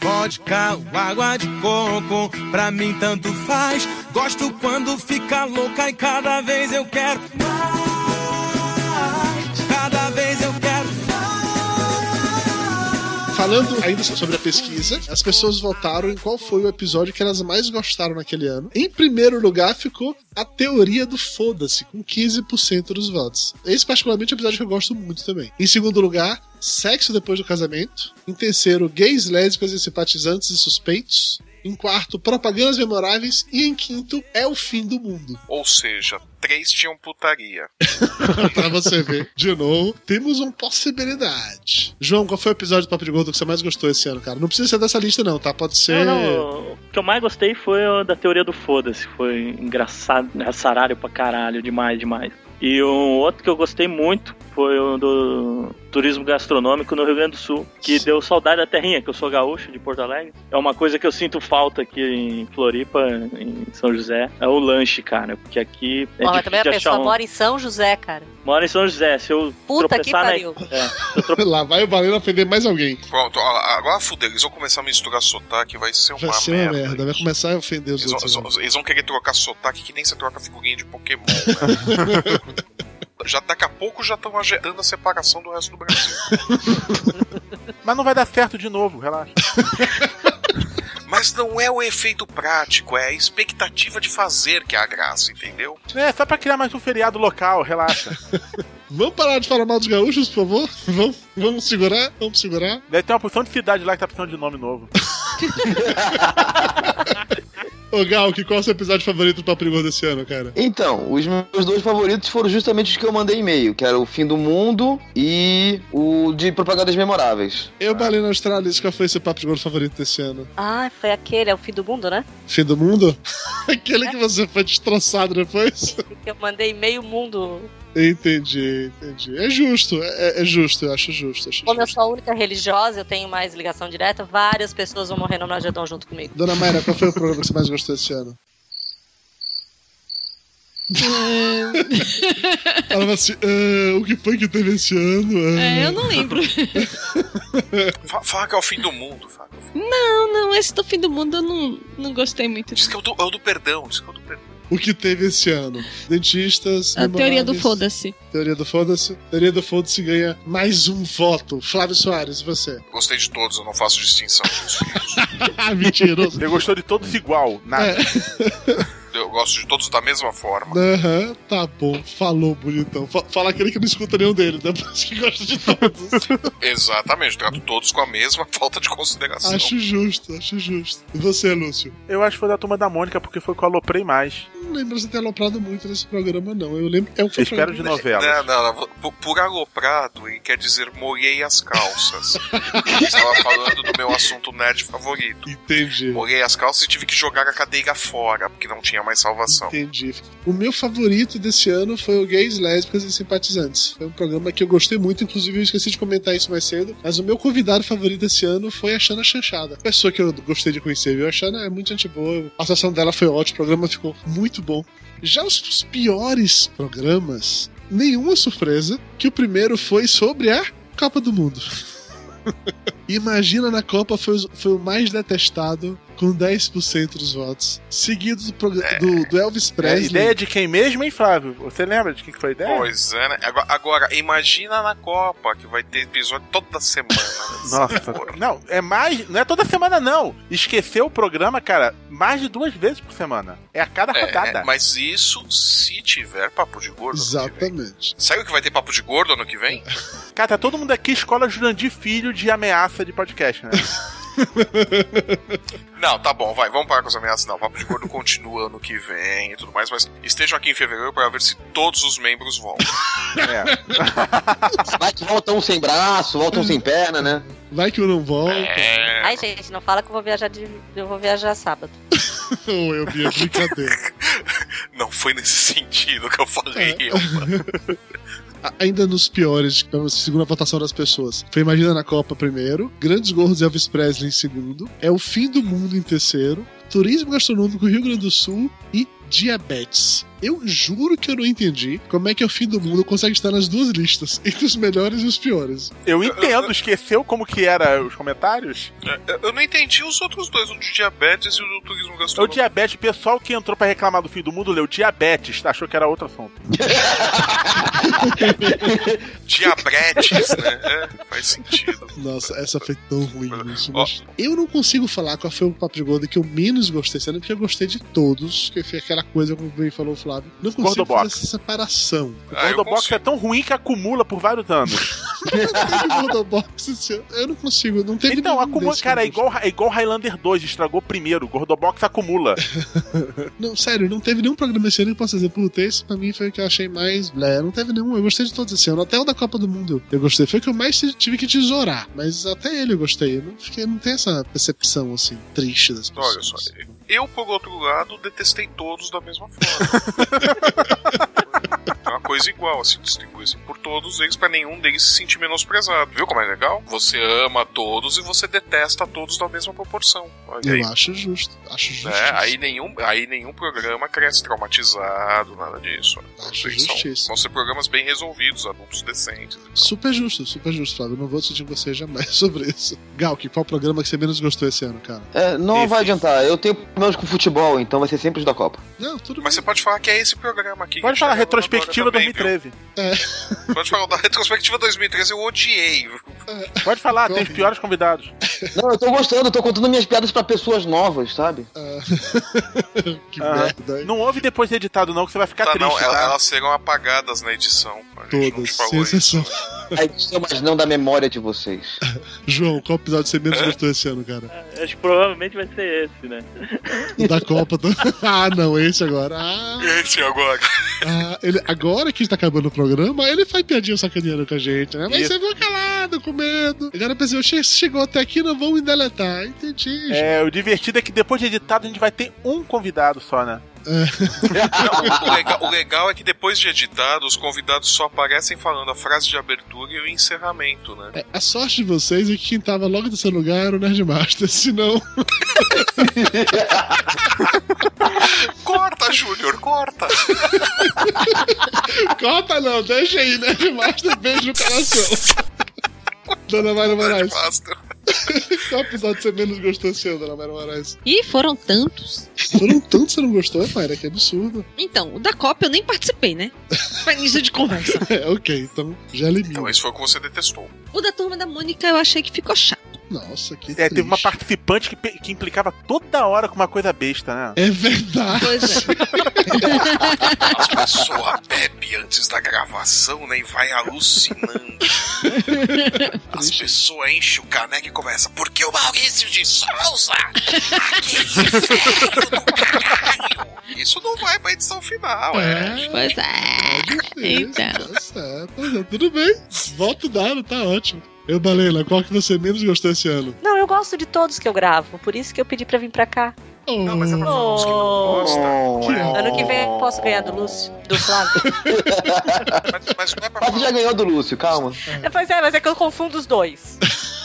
Speaker 17: vodka ou água de coco, pra mim tanto faz. Gosto quando fica louca e cada vez eu quero mais. Cada vez eu quero
Speaker 3: Falando ainda sobre a pesquisa, as pessoas votaram em qual foi o episódio que elas mais gostaram naquele ano. Em primeiro lugar ficou a teoria do foda-se, com 15% dos votos. Esse, particularmente, é um episódio que eu gosto muito também. Em segundo lugar, sexo depois do casamento. Em terceiro, gays, lésbicas e simpatizantes e suspeitos. Em quarto, propagandas memoráveis. E em quinto, é o fim do mundo.
Speaker 6: Ou seja, três tinham putaria.
Speaker 3: pra você ver. De novo, temos uma possibilidade. João, qual foi o episódio do Papo de Gordo que você mais gostou esse ano, cara? Não precisa ser dessa lista, não, tá? Pode ser.
Speaker 8: Não, não, o que eu mais gostei foi o da teoria do foda-se. Foi engraçado, engraçaralho pra caralho, demais, demais. E um outro que eu gostei muito foi o do turismo gastronômico no Rio Grande do Sul, que deu saudade da terrinha, que eu sou gaúcho de Porto Alegre. É uma coisa que eu sinto falta aqui em Floripa, em São José, é o lanche, cara, porque aqui é
Speaker 7: Porra,
Speaker 8: difícil
Speaker 7: mas também a
Speaker 8: de achar
Speaker 7: pessoa
Speaker 8: um.
Speaker 7: mora em São José, cara.
Speaker 8: Mora em São José, se eu
Speaker 7: Puta que
Speaker 8: tropeçar na-
Speaker 7: pariu.
Speaker 8: É,
Speaker 3: Lá vai o Valendo ofender mais alguém.
Speaker 6: Pronto, ó, agora fudeu, eles vão começar a misturar sotaque, vai ser É uma
Speaker 3: Vai ser
Speaker 6: merda.
Speaker 3: uma merda, vai começar a ofender os
Speaker 6: Eles vão,
Speaker 3: outros. né?
Speaker 6: eles vão- eles vão querer trocar sotaque que nem você troca figurinha de Pokémon. né? já daqui a pouco já estão agendando a separação do resto do Brasil.
Speaker 4: Mas não vai dar certo de novo, relaxa.
Speaker 6: Mas não é o efeito prático, é a expectativa de fazer que é a graça, entendeu?
Speaker 4: É, só pra criar mais um feriado local, relaxa.
Speaker 3: Vamos parar de falar mal dos gaúchos, por favor? Vamos, vamos segurar? Vamos segurar?
Speaker 4: Deve ter uma porção de cidade lá que tá precisando de nome novo.
Speaker 3: Ô, Gal, que qual é o seu episódio favorito do Papo de Gordo desse ano, cara?
Speaker 9: Então, os meus dois favoritos foram justamente os que eu mandei e-mail, que era o Fim do Mundo e o de Propagandas Memoráveis.
Speaker 3: Eu balei na Austrália, isso qual foi seu Papo de Gordo favorito desse ano?
Speaker 7: Ah, foi aquele, é o fim do mundo, né? É.
Speaker 3: Fim do mundo? Aquele que você foi né? destroçado depois?
Speaker 7: Que eu mandei meio mundo.
Speaker 3: entendi, entendi. É justo, é, é justo, eu acho justo. Acho...
Speaker 7: Como eu sou a única religiosa, eu tenho mais ligação direta, várias pessoas vão morrer no Nagedon junto comigo.
Speaker 3: Dona Mayra, qual foi o programa que você mais gostou esse ano? Ela vai assim, "Ah, o que foi que teve esse ano? Ah."
Speaker 5: É, eu não lembro.
Speaker 6: Fa- Fala que é o fim do mundo, fala. que é o fim-
Speaker 5: Não, não, esse do fim do mundo eu não, não gostei muito.
Speaker 6: Diz que é o do, é o do perdão, diz que é o do perdão.
Speaker 3: O que teve esse ano? Dentistas,
Speaker 5: A teoria do
Speaker 3: memoráveis.
Speaker 5: foda-se.
Speaker 3: Teoria do foda-se. Teoria do foda-se ganha mais um voto. Flávio Soares, e você.
Speaker 6: Gostei de todos, eu não faço distinção.
Speaker 3: Mentiroso.
Speaker 4: Você gostou de todos igual, nada.
Speaker 6: Eu gosto de todos da mesma forma.
Speaker 3: Aham, tá bom. Falou, bonitão. Fa- Fala aquele que não escuta nenhum dele, depois que gosta de todos.
Speaker 6: Exatamente, trato todos com a mesma falta de consideração.
Speaker 3: acho justo, acho justo. E você, Lúcio?
Speaker 4: Eu acho que foi da turma da Mônica, porque foi que eu aloprei mais.
Speaker 3: Não lembro de ter aloprado muito nesse programa, não. Eu lembro. É um
Speaker 4: Vocês
Speaker 3: programa-
Speaker 4: querem de novela.
Speaker 6: Não, não, não. Por, por aloprado, ele quer dizer molhei as calças. Estava falando do meu assunto nerd favorito.
Speaker 3: Entendi.
Speaker 6: Molhei as calças e tive que jogar a cadeira fora, porque não tinha mais salvação.
Speaker 3: Entendi. O meu favorito desse ano foi o Gays, Lésbicas e Simpatizantes. Foi um programa que eu gostei muito, inclusive eu esqueci de comentar isso mais cedo. Mas o meu convidado favorito desse ano foi a Xana Chanchada. Pessoa que eu gostei de conhecer, viu? A Xana é muito gente boa. A atuação dela foi ótima, o programa ficou muito bom. Já os, os piores programas, nenhuma surpresa, que o primeiro foi sobre a Copa do Mundo. Imagina na Copa foi, os- foi o mais detestado com 10% dos votos. Seguido do, progra- do- do Elvis
Speaker 4: É,
Speaker 3: Presley.
Speaker 4: ideia de quem mesmo, hein, Flávio? Você lembra de quem que foi a ideia?
Speaker 6: Pois é, né? Agora, agora, imagina na Copa, que vai ter episódio toda semana.
Speaker 4: Nossa. Não, é mais. Não é toda semana, não. Esqueceu o programa, cara, mais de duas vezes por semana. É a cada
Speaker 6: É,
Speaker 4: rodada.
Speaker 6: é, mas isso se tiver papo de gordo.
Speaker 3: Exatamente.
Speaker 6: Sabe o que vai ter papo de gordo ano que vem?
Speaker 4: Cara, tá todo mundo aqui escola Jurandir Filho de ameaça de podcast, né?
Speaker 6: Não, tá bom, vai, vamos parar com as ameaças. Não, papo de gordo continua ano que vem e tudo mais, mas estejam aqui em fevereiro para ver se todos os membros voltam.
Speaker 9: Vai que voltam sem braço, voltam sem perna, né?
Speaker 3: Vai que eu não volto.
Speaker 9: É.
Speaker 6: É,
Speaker 7: Ai, gente, não fala que eu vou viajar de. Eu vou viajar sábado.
Speaker 3: Ou eu vi a brincadeira.
Speaker 6: Não foi nesse sentido que eu falei. eu, mano.
Speaker 3: A- Ainda nos piores, pelo menos segundo a votação das pessoas. Foi Imagina na Copa primeiro, Grandes Gorros e Elvis Presley em segundo, É o Fim do Mundo em terceiro, Turismo Gastronômico Rio Grande do Sul e Diabetes. Eu juro que eu não entendi como é que o fim do mundo consegue estar nas duas listas, entre os melhores e os piores.
Speaker 4: Eu entendo, esqueceu como que era os comentários?
Speaker 6: É, Eu- Eu não entendi os outros dois, o de diabetes e o do turismo
Speaker 4: É o
Speaker 6: gastronômico.
Speaker 4: diabetes, o pessoal que entrou pra reclamar do fim do mundo leu diabetes, tá? achou que era outro assunto.
Speaker 6: Diabetes, né? É, faz sentido.
Speaker 3: Nossa, essa foi tão ruim isso. Mas eu não consigo falar qual foi o papo de gordo que eu menos gostei, sendo porque eu gostei de todos, que foi aquela coisa como bem falou o Flávio. Não consigo fazer
Speaker 4: Gordobox.
Speaker 3: essa separação.
Speaker 6: Ah,
Speaker 4: O Gordobox é tão ruim que acumula por vários anos.
Speaker 3: Teve Gordobox esse ano. eu não consigo, não teve
Speaker 4: Então,
Speaker 3: nenhum
Speaker 4: acumula,
Speaker 3: desse que
Speaker 4: cara, é
Speaker 3: eu
Speaker 4: igual, é igual Highlander 2, estragou primeiro. Gordobox acumula.
Speaker 3: Não, sério, não teve nenhum programa esse ano que eu possa dizer, puta, esse pra mim foi o que eu achei mais. blé. Não teve nenhum, eu gostei de todos esse ano. Até o da Copa do Mundo eu gostei. Foi o que eu mais tive que tesourar. Mas até ele eu gostei. Eu não, fiquei, não tenho essa percepção, assim, triste das pessoas.
Speaker 6: Olha só, eu, por outro lado, detestei todos da mesma forma. É uma coisa igual, assim, distribuísse por todos eles, pra nenhum deles se sentir menosprezado. Viu como é legal? Você ama todos e você detesta todos da mesma proporção. Olha aí.
Speaker 3: Eu acho justo. Acho justo.
Speaker 6: Né? Aí, nenhum, aí nenhum programa cresce traumatizado, nada disso.
Speaker 3: Acho
Speaker 6: Eles são,
Speaker 3: justíssimo.
Speaker 6: vão ser programas bem resolvidos, adultos decentes.
Speaker 3: Super justo, super justo, Flávio. Eu não vou discutir com você jamais sobre isso. Gal, que qual programa que você menos gostou esse ano, cara?
Speaker 9: É, não vai adiantar. Eu tenho problemas com futebol, então vai ser sempre os da Copa.
Speaker 3: Não, tudo
Speaker 6: Mas você pode falar que é esse programa aqui.
Speaker 4: Pode
Speaker 6: que a
Speaker 4: falar
Speaker 6: gente tá gravando
Speaker 4: retrospectiva
Speaker 6: agora também,
Speaker 4: 2013.
Speaker 3: É.
Speaker 6: viu? Pode falar da retrospectiva 2013, eu odiei.
Speaker 4: Pode falar, tem os piores convidados.
Speaker 9: Não, eu tô gostando, eu tô contando minhas piadas pra pessoas novas, sabe?
Speaker 3: É.
Speaker 4: Aham. Ah, Não ouve depois de editado, não, que você vai ficar
Speaker 6: Tá,
Speaker 4: triste.
Speaker 6: não, ela-
Speaker 4: tá?
Speaker 6: elas serão apagadas na edição.
Speaker 3: Todas, sem exceção.
Speaker 9: A edição, mas não da memória de vocês.
Speaker 3: João, qual episódio você
Speaker 6: É?
Speaker 3: menos gostou esse ano, cara?
Speaker 8: Acho que provavelmente vai ser esse, né?
Speaker 3: O da Copa do. ah, não, esse agora. Ah,
Speaker 6: Esse agora.
Speaker 3: ah, ele... Agora que está acabando o programa, ele faz piadinha sacaneando com a gente, né? Mas
Speaker 4: Isso.
Speaker 3: você viu calado, com medo. Agora pensei, "Oxe, chegou até aqui, não vamos me deletar. Entendi.
Speaker 4: É, o divertido é que depois de editado a gente vai ter um convidado só, né?
Speaker 3: É.
Speaker 6: Não, o, legal, o legal é que depois de editado, os convidados só aparecem falando a frase de abertura e o encerramento, né?
Speaker 3: É, A sorte de vocês é que quem tava logo no seu lugar era o Nerdmaster, senão.
Speaker 6: corta, Júnior, corta!
Speaker 3: Corta não, deixa aí, Nerdmaster, beijo no coração. Dona Mayra Moraes. Qual episódio você menos gostou seu, Dona Mayra Moraes?
Speaker 5: Ih, foram tantos.
Speaker 3: Foram tantos que você não gostou, Mayra, que absurdo.
Speaker 5: Então, o da Copa eu nem participei, né? Pra início de conversa.
Speaker 3: É, ok, então já elimina.
Speaker 6: Então, esse foi o que você detestou.
Speaker 5: O da turma da Mônica eu achei que ficou chato.
Speaker 3: Nossa, que.
Speaker 4: É, teve uma participante que, pe- que implicava toda hora com uma coisa besta, né?
Speaker 3: É verdade.
Speaker 5: Pois
Speaker 3: é.
Speaker 6: As pessoas bebem antes da gravação, né? E vai alucinando. As pessoas enchem o caneco e começam. Porque o Maurício de Souza! Ah, que inferno do caralho! Isso não vai pra edição final, é.
Speaker 5: Pois é. Então.
Speaker 3: Tá certo, tá certo, tudo bem. Voto dado, tá ótimo. Eu, Balela, qual que você menos gostou esse ano?
Speaker 7: Não, eu gosto de todos que eu gravo, por isso que eu pedi pra vir pra cá.
Speaker 3: Não, mas é pra
Speaker 6: falar
Speaker 7: que
Speaker 6: não
Speaker 9: gosta.
Speaker 7: Ano que vem eu posso ganhar do Lúcio, do Flávio.
Speaker 9: Mas já ganhou do Lúcio, calma.
Speaker 7: É, pois é, mas é que eu confundo os dois.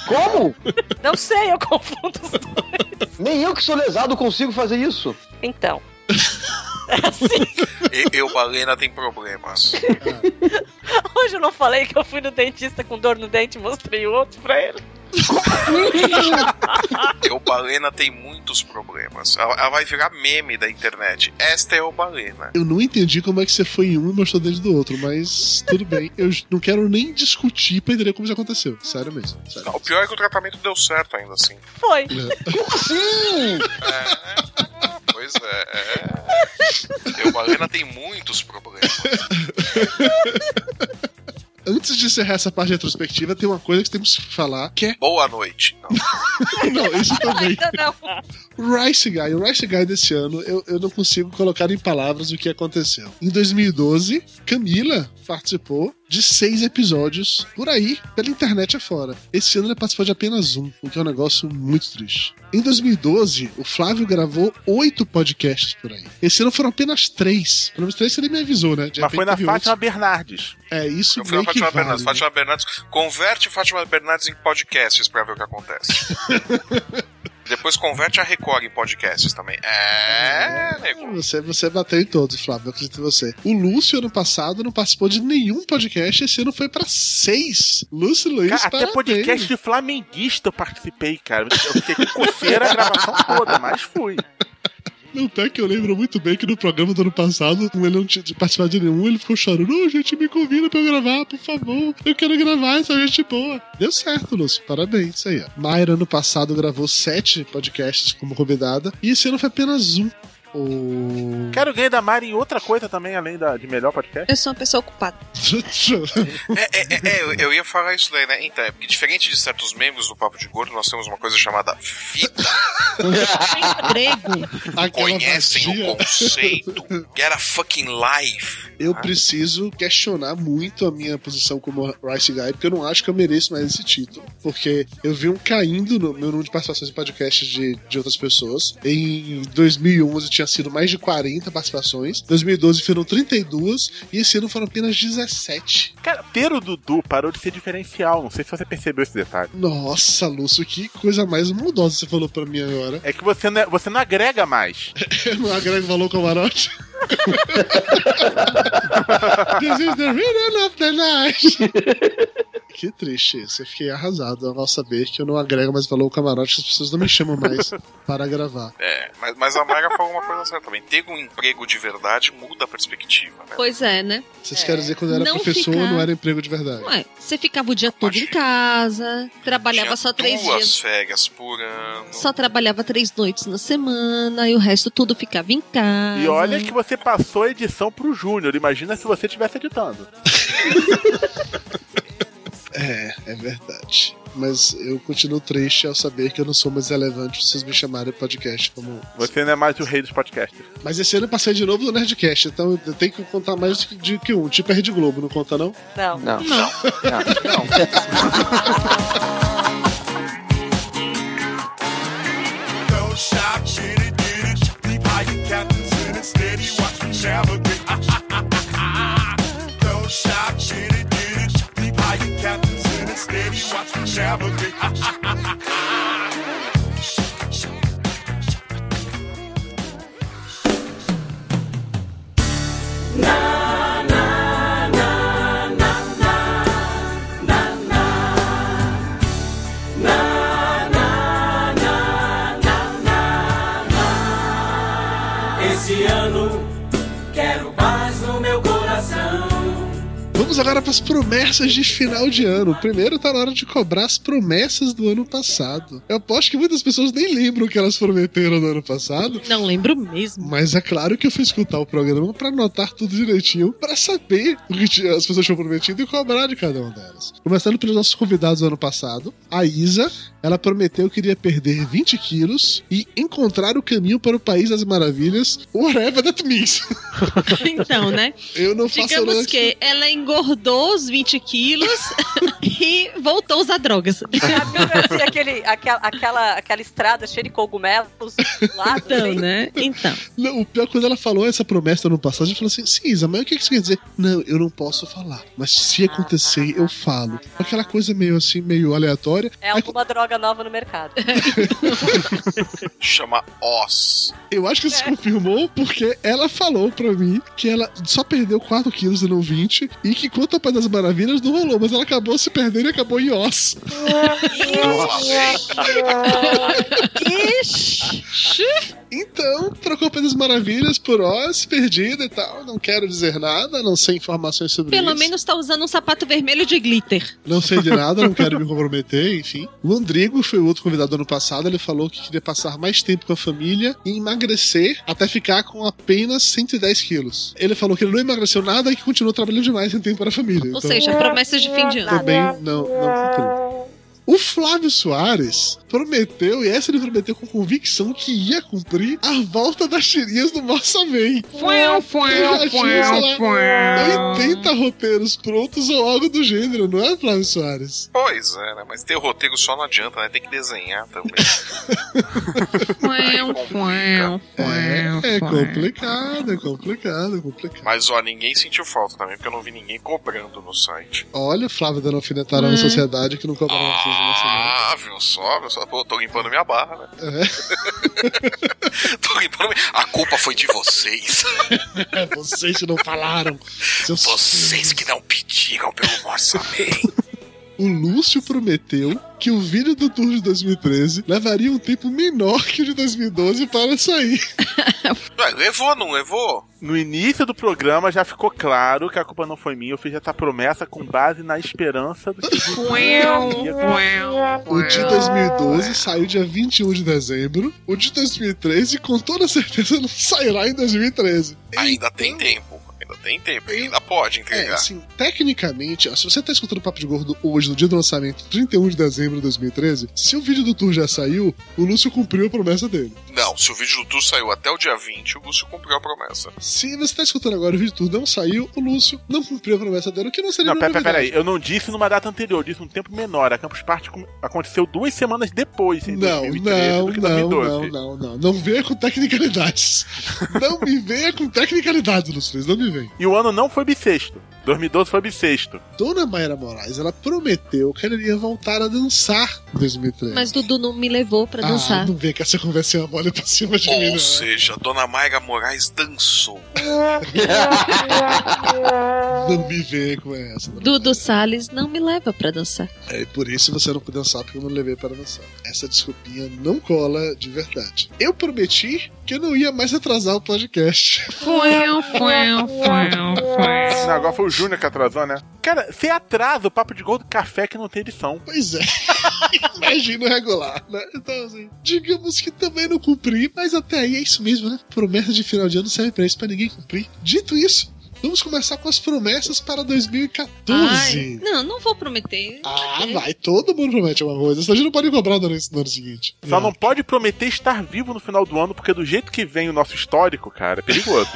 Speaker 9: Como?
Speaker 7: Não sei, eu confundo os dois.
Speaker 9: Nem eu que sou lesado consigo fazer isso.
Speaker 7: Então.
Speaker 6: E- Eu, Balena, tem problemas.
Speaker 7: Hoje eu não falei que eu fui no dentista com dor no dente e mostrei o outro pra ele.
Speaker 6: Eu, Balena, tem muitos problemas. Ela, ela vai virar meme da internet. Esta é o Balena.
Speaker 3: Eu não entendi como é que você foi em um e mostrou dentro do outro, mas tudo bem. Eu não quero nem discutir pra entender como isso aconteceu. Sério mesmo. Sério.
Speaker 6: Não, o pior é que o tratamento deu certo ainda assim.
Speaker 7: Foi.
Speaker 9: Como assim?
Speaker 6: É, Pois é. é. Eu, Balena, tem muitos problemas.
Speaker 3: Antes de encerrar essa parte retrospectiva, tem uma coisa que temos que falar, que é...
Speaker 6: Boa noite.
Speaker 3: não, isso também.
Speaker 7: Ainda não.
Speaker 3: Rice Guy. O Rice Guy desse ano, eu, eu não consigo colocar em palavras o que aconteceu. Em 2012, Camila participou de seis episódios por aí, pela internet afora. Esse ano ela participou de apenas um, o que é um negócio muito triste. Em 2012, o Flávio gravou oito podcasts por aí. Esse ano foram apenas três. Pelo menos três que ele me avisou, né? De
Speaker 4: Mas foi
Speaker 3: repente
Speaker 4: na
Speaker 3: teve outros.
Speaker 4: Fátima Bernardes.
Speaker 3: É isso
Speaker 6: Eu fui na
Speaker 3: bem que
Speaker 6: Fátima
Speaker 3: vale. né?
Speaker 6: Bernardes. Fátima Bernardes. Converte Fátima Bernardes em podcasts pra ver o que acontece. Depois converte a Record em podcasts também. É, nego.
Speaker 3: Você, você bateu em todos, Flávio, eu acredito em você. O Lúcio, ano passado, não participou de nenhum podcast, esse ano foi pra seis. Lúcio Luiz,
Speaker 4: Cara, até
Speaker 3: parabéns.
Speaker 4: podcast de flamenguista eu participei, cara. Eu fiquei com coceira a gravação toda, mas fui.
Speaker 3: Não, pior que eu lembro muito bem que no programa do ano passado, como ele não tinha participado de nenhum, ele ficou chorando. Ô, gente, me convida pra eu gravar, por favor. Eu quero gravar essa gente boa. Deu certo, Lúcio. Parabéns, isso aí. Ó. Mayra, ano passado, gravou sete podcasts como convidada. E esse ano foi apenas um. O...
Speaker 4: Quero ganhar da Mari em outra coisa também, além da, de melhor podcast.
Speaker 5: Eu sou uma pessoa ocupada.
Speaker 6: É, é, é, eu, eu ia falar isso daí, né? Então, é porque diferente de certos membros do Papo de Gordo, nós temos uma coisa chamada vida. Conhecem o conceito? Get a fucking life.
Speaker 4: Ah,
Speaker 6: Ah,
Speaker 3: Eu preciso questionar muito a minha posição como Rice Guy, porque eu não acho que eu mereço mais esse título. Porque eu vi um caindo no meu número de participações em podcasts de, de outras pessoas. Em 2011 tinha sido mais de 40 participações, 2012 foram 32 e esse ano foram apenas 17.
Speaker 4: Cara, ter o Dudu parou de ser diferencial. Não sei se você percebeu esse detalhe.
Speaker 3: Nossa, Lúcio, que coisa mais maldosa você falou pra mim agora.
Speaker 4: É que você não, é- você não agrega mais.
Speaker 3: Eu não agrego valor camarote. This is the rhythm of the night. Que triste isso, eu fiquei arrasado ao saber que eu não agrego mais valor ao camarote, que as pessoas não me chamam mais para gravar.
Speaker 6: É, mas, mas a Mara falou uma coisa certa também. Ter um emprego de verdade muda a perspectiva, né?
Speaker 5: Pois é, né?
Speaker 3: Vocês querem dizer que quando eu era
Speaker 5: Não
Speaker 3: professor
Speaker 5: ficar-
Speaker 3: não era emprego de verdade?
Speaker 5: Ué, você ficava o dia todo em casa, trabalhava
Speaker 6: Tinha
Speaker 5: só três
Speaker 6: duas
Speaker 5: dias.
Speaker 6: férias por ano.
Speaker 5: Só trabalhava três noites na semana e o resto tudo ficava em casa.
Speaker 4: E olha que você passou a edição pro Júnior. Imagina se você estivesse editando.
Speaker 3: É, é verdade. Mas eu continuo triste ao saber que eu não sou mais relevante se vocês me chamarem pro podcast como. um.
Speaker 4: Você não é mais o rei dos podcasters.
Speaker 3: Mas esse ano eu passei de novo do Nerdcast, então eu tenho que contar mais de, de que um. Tipo a Rede Globo, não conta não?
Speaker 7: Não.
Speaker 9: Não.
Speaker 3: Não.
Speaker 17: Don't shout, shit it, did it. Keep high, your captain's in it. Steady, watch me navigate. Don't shout, shit it, did it. Keep high, your captain's in it. Steady, watch me navigate.
Speaker 12: Esse ano quero paz no meu coração.
Speaker 3: Vamos agora para as promessas de final de ano. Primeiro tá na hora de cobrar as promessas do ano passado. Eu aposto que muitas pessoas nem lembram o que elas prometeram no ano passado.
Speaker 5: Não lembro mesmo.
Speaker 3: Mas é claro que eu fui escutar o programa para anotar tudo direitinho, para saber o que tinha- as pessoas tinham prometido e cobrar de cada uma delas. Começando pelos nossos convidados do ano passado, a Isa, ela prometeu que iria perder 20 quilos e encontrar o caminho para o País das Maravilhas, whatever that means.
Speaker 5: Então, né?
Speaker 3: Eu não faço nada
Speaker 5: Digamos que ela engordou os 20 quilos e voltou a usar drogas.
Speaker 7: Assim, aquele, aquela, aquela, aquela estrada cheia de cogumelos do lado.
Speaker 5: Então, né? Então.
Speaker 3: Não, o pior, é quando ela falou essa promessa no passado, a gente falou assim: sim, Isa, mas o que que isso quer dizer? Não, eu não posso falar, mas se acontecer, eu falo. Aquela coisa meio assim, meio aleatória.
Speaker 7: É alguma droga nova no mercado.
Speaker 6: Chama Oz.
Speaker 3: Eu acho que
Speaker 5: É.
Speaker 3: isso se confirmou porque ela falou pra mim que ela só perdeu 4 quilos e não 20 e que quanto ao Pai das Maravilhas não rolou, mas ela acabou se perdendo e acabou em os. Então, trocou Pai das Maravilhas por os, perdida e tal. Não quero dizer nada, não sei informações sobre
Speaker 5: Pelo
Speaker 3: isso.
Speaker 5: menos tá usando um sapato vermelho de glitter.
Speaker 3: Não sei de nada, não quero me comprometer, enfim. O Andrigo foi o outro convidado do ano passado, ele falou que queria passar mais tempo com a família e emagrecer até ficar com apenas 110 quilos. Ele falou que ele não emagreceu nada e que continuou trabalhando demais sem tempo para a família. então
Speaker 5: Ou seja, promessas de fim de ano.
Speaker 3: Também não, não cumpriu. O Flávio Soares prometeu, e essa ele prometeu com convicção que ia cumprir a volta das tirinhas do Mossa Vem.
Speaker 17: Fueu, fueu,
Speaker 3: Eu já tinha, sei lá,
Speaker 17: fueu.
Speaker 3: 80 roteiros prontos ou algo do gênero, não é, Flávio Soares?
Speaker 6: Pois é, né? Mas ter o roteiro só não adianta, né? Tem que desenhar também.
Speaker 3: É, é complicado, é complicado, é complicado.
Speaker 6: Mas ó, ninguém sentiu falta também, porque eu não vi ninguém cobrando no site.
Speaker 3: Olha, Flávio dando alfinetada na sociedade que não cobra nada. na semana.
Speaker 6: Ah, viu só, viu só? Pô, tô limpando minha barra, né? tô limpando minha... A culpa foi de vocês.
Speaker 3: É. Vocês que não falaram. Seus
Speaker 6: Vocês que não pediram pelo orçamento.
Speaker 3: O Lúcio prometeu que o vídeo do tour de 2013 levaria um tempo menor que o de 2012 para sair.
Speaker 6: Ué, levou, não levou?
Speaker 4: No início do programa já ficou claro que a culpa não foi minha. Eu fiz essa promessa com base na esperança do que
Speaker 3: O de 2012 saiu dia 21 de dezembro. O de 2013, com toda certeza, não sairá em 2013.
Speaker 6: Ainda tem tempo. Ainda tem tempo. Ainda pode
Speaker 3: Então, É,
Speaker 6: entregar.
Speaker 3: assim, tecnicamente, ó, se você tá escutando o Papo de Gordo hoje, no dia do lançamento, 31 de dezembro de 2013, se o vídeo do tour já saiu, o Lúcio cumpriu a promessa dele.
Speaker 6: Não, se o vídeo do Tu saiu até o dia 20, o Lúcio cumpriu a promessa.
Speaker 3: Se você tá escutando agora e o vídeo do tour não saiu, o Lúcio não cumpriu a promessa dele, o que não seria
Speaker 4: Não,
Speaker 3: nenhuma
Speaker 4: pera, pera, pera aí.
Speaker 3: novidade.
Speaker 4: Eu não disse numa data anterior, eu disse um tempo menor. A Campus Party com- aconteceu duas semanas depois, em
Speaker 3: Não,
Speaker 4: 2013
Speaker 3: não,
Speaker 4: do que
Speaker 3: não,
Speaker 4: 2012.
Speaker 3: não, não, não. Não venha com tecnicalidades. Não me venha com tecnicalidades, Lúcio Flores, não me venha.
Speaker 4: E o ano não foi bissexto. 2012 foi bissexto.
Speaker 3: Dona Mayra Moraes, ela prometeu que ela iria voltar a dançar em 2013.
Speaker 5: Mas Dudu não me levou pra
Speaker 3: Ah,
Speaker 5: dançar.
Speaker 3: não vem com essa conversinha mole pra cima de mim,
Speaker 6: Ou
Speaker 3: não. é.
Speaker 6: seja, Dona Mayra Moraes dançou.
Speaker 3: Não me venha com essa. Dona
Speaker 5: Dudu Salles não me leva pra dançar.
Speaker 3: É por isso você não pôde dançar, porque eu não levei para dançar. Essa desculpinha não cola de verdade. Eu prometi que eu não ia mais atrasar o podcast.
Speaker 4: Não, agora foi o Júnior que atrasou, né? Cara, você atrasa o papo de gol do café que não tem edição.
Speaker 3: Pois é. Imagino regular, né? Então, assim, digamos que também não cumpri, mas até aí é isso mesmo, né? Promessa de final de ano serve pra isso, pra ninguém cumprir. Dito isso, vamos começar com as promessas para 2014.
Speaker 5: Ai, não, não vou prometer.
Speaker 3: Ah, vai, todo mundo promete alguma coisa. Senão a gente não pode cobrar no ano, no ano seguinte.
Speaker 4: Só não pode prometer estar vivo no final do ano, porque do jeito que vem o nosso histórico, cara, é perigoso.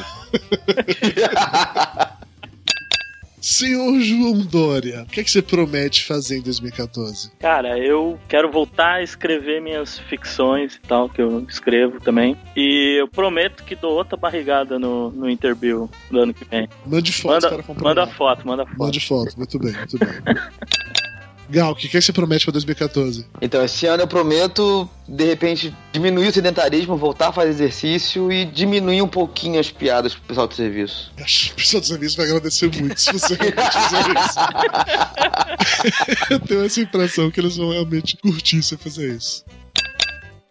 Speaker 3: Senhor João Dória, o que, é que você promete fazer em 2014?
Speaker 8: Cara, eu quero voltar a escrever minhas ficções e tal, que eu escrevo também. E eu prometo que dou outra barrigada no, no Interbill do ano que vem.
Speaker 3: Mande fotos
Speaker 8: manda,
Speaker 3: para comprar.
Speaker 8: manda foto, manda foto.
Speaker 3: Mande foto, muito bem, muito bem. Gal, o que, é que você promete pra 2014?
Speaker 9: Então, esse ano eu prometo, de repente, diminuir o sedentarismo, voltar a fazer exercício e diminuir um pouquinho as piadas pro pessoal do serviço.
Speaker 3: Acho que o pessoal dos amigos vai agradecer muito se você realmente fizer isso. Eu tenho essa impressão que eles vão realmente curtir você fazer isso.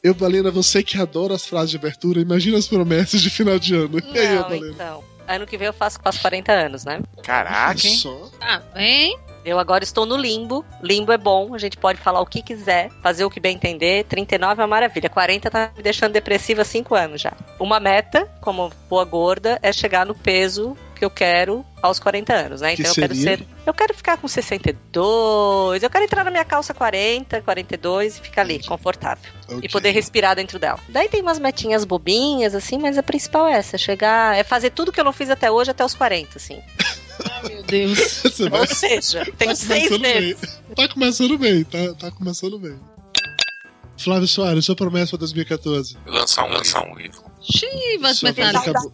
Speaker 3: Eu, Balena, você que adora as frases de abertura, imagina as promessas de final de ano. e aí, eu,
Speaker 7: Não,
Speaker 3: Balena?
Speaker 7: então. Ano que vem eu faço quase 40 anos, né?
Speaker 4: Caraca, hein?
Speaker 5: Tá bem.
Speaker 7: Eu agora estou no limbo. Limbo é bom, a gente pode falar o que quiser, fazer o que bem entender. 39 é uma maravilha. 40 tá me deixando depressiva há 5 anos já. Uma meta, como boa gorda, é chegar no peso que eu quero aos 40 anos, né?
Speaker 18: Que
Speaker 7: Então eu quero
Speaker 18: seria?
Speaker 7: ser. Eu quero ficar com 62. Eu quero entrar na minha calça 40, 42 e ficar ali, confortável. E poder respirar dentro dela. Daí tem umas metinhas bobinhas, assim, mas a principal é essa: chegar. É fazer tudo que eu não fiz até hoje até os 40, assim.
Speaker 5: Meu Deus.
Speaker 3: Você vai- tá
Speaker 7: Ou seja, tenho seis
Speaker 3: começando
Speaker 7: meses.
Speaker 3: bem. Tá começando bem, tá, tá começando bem. Flávio Soares, sua promessa pra 2014.
Speaker 6: Lançar um, lançar um livro.
Speaker 5: Xiii, vai
Speaker 3: Sua
Speaker 5: começar.
Speaker 3: voz acabou.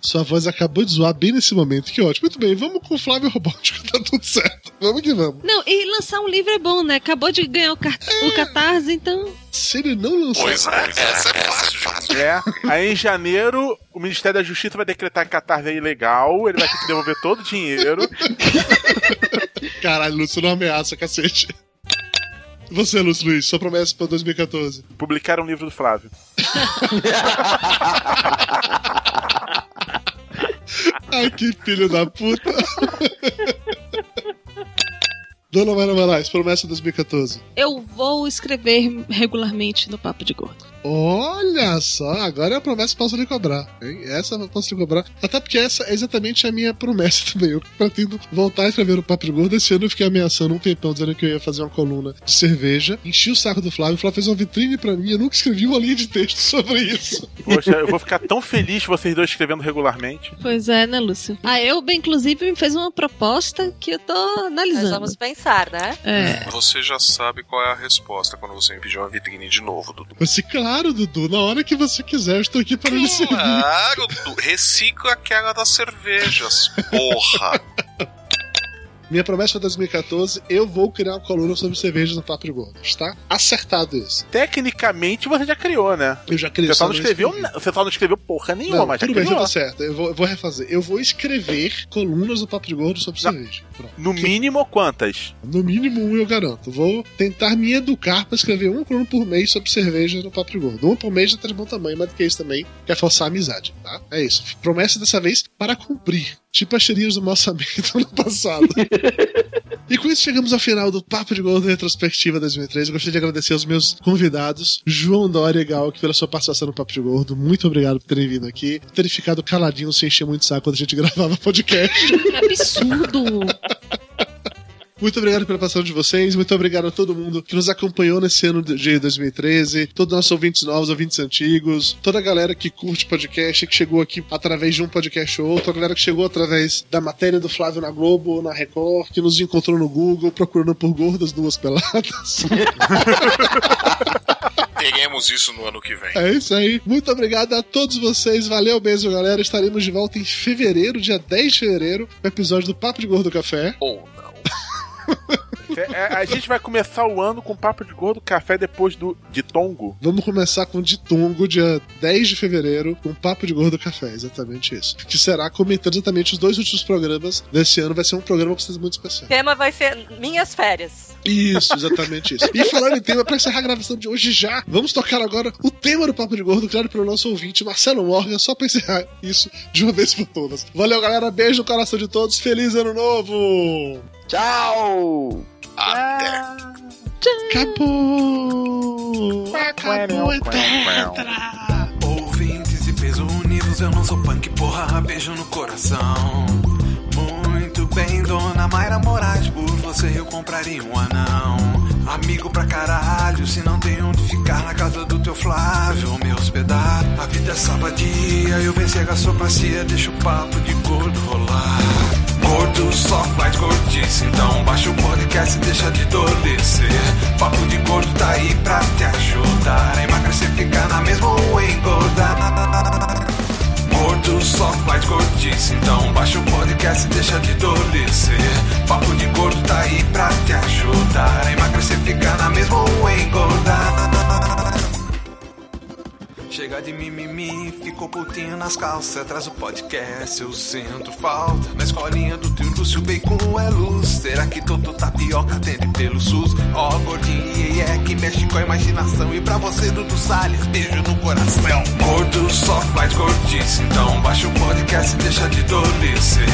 Speaker 3: Sua voz acabou de zoar bem nesse momento, que ótimo. Muito bem, vamos com o Flávio Robótico, tá tudo certo. Vamos que vamos.
Speaker 5: Não, e lançar um livro é bom, né? Acabou de ganhar o, car- o Catarse, então.
Speaker 3: É. Se ele não lançar.
Speaker 6: essa é fácil, fácil.
Speaker 4: É. Aí em janeiro, o Ministério da Justiça vai decretar que catarse é ilegal, ele vai ter que devolver todo o dinheiro.
Speaker 3: Caralho, Lúcio, não ameaça, cacete. Você, Lúcio Luiz, sua promessa pra 2014.
Speaker 4: Publicar um livro do Flávio.
Speaker 3: Ai, que filho da puta. Dona Mayra Moraes, promessa 2014.
Speaker 5: Eu vou escrever regularmente no Papo de Gordo.
Speaker 3: Olha só, agora é a promessa que posso lhe cobrar. hein? Essa eu posso lhe cobrar. Até porque essa é exatamente a minha promessa também. Eu pretendo voltar a escrever o Papo de Gordo. Esse ano eu fiquei ameaçando um tempão, dizendo que eu ia fazer uma coluna de cerveja. Enchi o saco do Flávio. O Flávio fez uma vitrine pra mim. Eu nunca escrevi uma linha de texto sobre isso.
Speaker 4: Poxa, eu vou ficar tão feliz vocês dois escrevendo regularmente.
Speaker 5: Pois é, né, Lúcio? A Elba, inclusive, me fez uma proposta que eu tô analisando.
Speaker 7: Nós vamos pensar, né?
Speaker 5: É.
Speaker 6: Você já sabe qual é a resposta quando você me pedir uma vitrine de novo, Dudu.
Speaker 3: Você, claro, Dudu, na hora que você quiser, eu estou aqui para lhe servir.
Speaker 6: Claro, Dudu. Recicla aquela das cervejas, porra.
Speaker 3: Minha promessa para 2014, eu vou criar uma coluna sobre cervejas no Papo de Gordos, tá? Acertado isso.
Speaker 4: Tecnicamente você já criou, né?
Speaker 3: Eu já criei.
Speaker 4: Você só não
Speaker 3: sobre
Speaker 4: escreveu,
Speaker 3: isso.
Speaker 4: na- você só não escreveu porra nenhuma,
Speaker 3: Não,
Speaker 4: mas já
Speaker 3: tudo bem,
Speaker 4: criou.
Speaker 3: já tá certo. Eu vou, eu vou refazer. Eu vou escrever colunas do Papo de Gordo sobre cerveja. Pronto.
Speaker 4: No mínimo quantas?
Speaker 3: No mínimo um, eu garanto. Vou tentar me educar pra escrever uma coluna por mês sobre cerveja no Papo de Gordo. Uma por mês já traz bom tamanho, mas do que isso também quer forçar a amizade, tá? É isso. Promessa dessa vez para cumprir. Tipo as cheirinhas do maçamento no passado. E com isso chegamos ao final do Papo de Gordo Retrospectiva 2013. Eu gostaria de agradecer aos meus convidados, João Dória e Galk, pela sua participação no Papo de Gordo. Muito obrigado por terem vindo aqui. Por terem ficado caladinho sem encher muito o saco quando a gente gravava podcast.
Speaker 5: Absurdo!
Speaker 3: Muito obrigado pela participação de vocês, muito obrigado a todo mundo que nos acompanhou nesse ano de 2013, todos os nossos ouvintes novos, ouvintes antigos, toda a galera que curte podcast, que chegou aqui através de um podcast ou outro, a galera que chegou através da matéria do Flávio na Globo ou na Record, que nos encontrou no Google procurando por gordas duas peladas.
Speaker 6: Teremos isso no ano que vem.
Speaker 3: É isso aí. Muito obrigado a todos vocês. Valeu mesmo, galera. Estaremos de volta em fevereiro, dia 10 de fevereiro, com o episódio do Papo de Gordo Café.
Speaker 6: Ou
Speaker 4: É, é, a gente vai começar o ano com papo de gordo café depois do de tongo.
Speaker 3: Vamos começar com o Ditongo, dia 10 de fevereiro, com o Papo de Gordo Café, exatamente isso. Que será comentando exatamente os dois últimos programas desse ano. Vai ser um programa pra vocês muito especial.
Speaker 7: O tema vai ser minhas férias.
Speaker 3: Isso, exatamente
Speaker 6: É
Speaker 3: isso. E falando em tema, pra encerrar a gravação de hoje já, vamos tocar agora o tema do Papo de Gordo, criado pelo nosso ouvinte, Marcelo Morgan, só pra encerrar isso de uma vez por todas. Valeu, galera. Beijo no coração de todos. Feliz ano novo!
Speaker 9: Tchau!
Speaker 6: Até!
Speaker 3: Acabou!
Speaker 17: Acabou a tetra! Ouvintes e peso unidos, eu não sou punk, porra, beijo no coração. Muito bem, dona Mayra Moraes, por você eu compraria um anão. Amigo pra caralho, se não tem onde ficar na casa do teu Flávio, me hospedar. A vida é sabadia, eu venci a gastropacia, deixa o papo de gordo rolar. Gordo só faz gordice, então baixa o podcast e deixa de dolecer. Papo de gordo tá aí pra te ajudar a emagrecer, ficar na mesma ou engordar. Gordo só faz gordice, então baixa o podcast e deixa de dolecer. Papo de gordo tá aí pra te ajudar a emagrecer, ficar na mesma ou engordar. Chega de mimimi, ficou putinho nas calças, traz o podcast, eu sinto falta. Na escolinha do tio Lúcio, bacon é luz, será que todo tapioca atende pelo SUS? Ó, gordinho, e é que mexe com a imaginação, e pra você, Dudu Salles, beijo no coração. Gordo só faz gordice, então baixa o podcast e deixa de dolecer.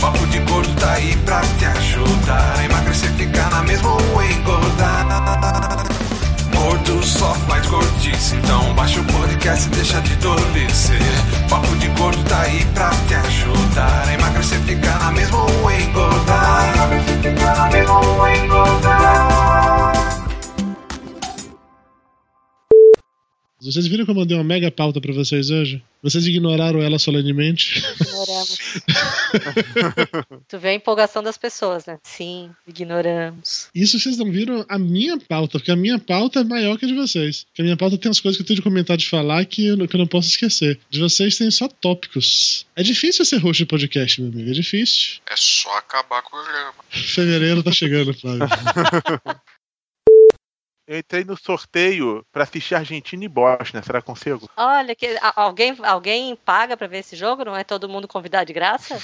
Speaker 17: Papo de gordo tá aí pra te ajudar a emagrecer, ficar na mesma ou engordar. Gordo só faz gordice, então baixa o podcast e deixa de dolecer. Papo de gordo tá aí pra te ajudar a emagrecer, ficar na mesma ou engordar. Ficar na mesma ou engordar.
Speaker 3: Vocês viram que eu mandei uma mega pauta pra vocês hoje? Vocês ignoraram ela solenemente?
Speaker 7: Ignoramos. tu vê a empolgação das pessoas, né? Sim, ignoramos.
Speaker 3: Isso vocês não viram a minha pauta, porque a minha pauta é maior que a de vocês. Porque a minha pauta tem umas coisas que eu tenho de comentar de falar que eu, não- que eu não posso esquecer. De vocês tem só tópicos. É difícil ser host de podcast, meu amigo, é difícil.
Speaker 6: É só acabar com o programa.
Speaker 3: Fevereiro tá chegando, Flávio.
Speaker 4: Eu entrei no sorteio pra assistir Argentina e Bósnia. Será que consigo?
Speaker 7: Olha, que, a- alguém, alguém paga pra ver esse jogo? Não é todo mundo convidado de graça?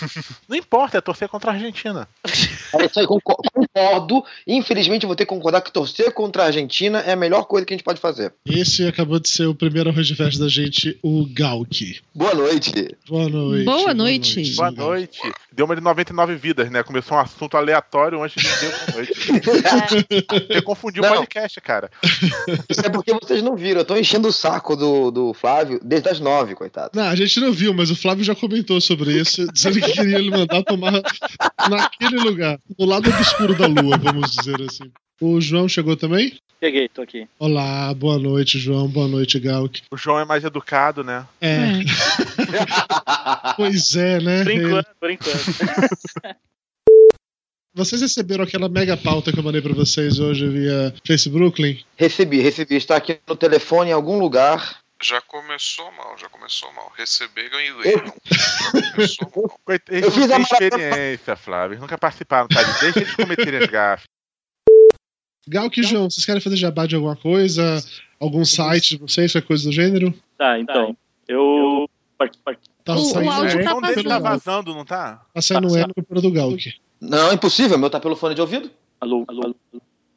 Speaker 4: Não importa, é torcer contra a Argentina.
Speaker 9: É isso aí, concor- concordo. Infelizmente, eu vou ter que concordar que torcer contra a Argentina é a melhor coisa que a gente pode fazer.
Speaker 3: Esse acabou de ser o primeiro arroz de festa da gente, o Galk.
Speaker 9: Boa noite.
Speaker 3: Boa noite.
Speaker 4: Boa
Speaker 3: noite.
Speaker 4: Boa noite. Deu uma de 99 vidas, né? Começou um assunto aleatório antes de dizer é boa noite. Você confundiu o
Speaker 9: Não.
Speaker 4: podcast, cara.
Speaker 9: Isso é porque vocês não viram. Eu tô enchendo o saco do, do Flávio desde as nove, coitado.
Speaker 3: Não, a gente não viu, mas o Flávio já comentou sobre isso, dizendo que queria ele mandar tomar naquele lugar, no lado obscuro da lua, vamos dizer assim. O João chegou também?
Speaker 8: Cheguei, tô aqui.
Speaker 3: Olá, boa noite, João. Boa noite, Galk.
Speaker 4: O João é mais educado, né?
Speaker 3: É. pois é, né?
Speaker 4: Por enquanto,
Speaker 8: por enquanto.
Speaker 3: Vocês receberam aquela mega pauta que eu mandei pra vocês hoje via Facebook? Brooklyn?
Speaker 9: Recebi, recebi. Está aqui no telefone em algum lugar.
Speaker 6: Já começou mal, já começou mal. Receber ganhei.
Speaker 4: um Coit- Eles não têm experiência, Flávio. Eles nunca participaram, tá? Deixa eles cometerem as gafas.
Speaker 3: Gal que João, vocês querem fazer jabá de alguma coisa? Algum site de vocês, qualquer coisa do gênero?
Speaker 8: Tá, então. Eu.
Speaker 3: Tá O- o saindo áudio eco tá
Speaker 4: então dele tá
Speaker 3: vazando.
Speaker 4: vazando, não tá?
Speaker 3: Tá saindo
Speaker 4: Tá,
Speaker 3: é no número do Gal aqui.
Speaker 9: Não, impossível, meu tá pelo fone de ouvido.
Speaker 8: Alô, alô,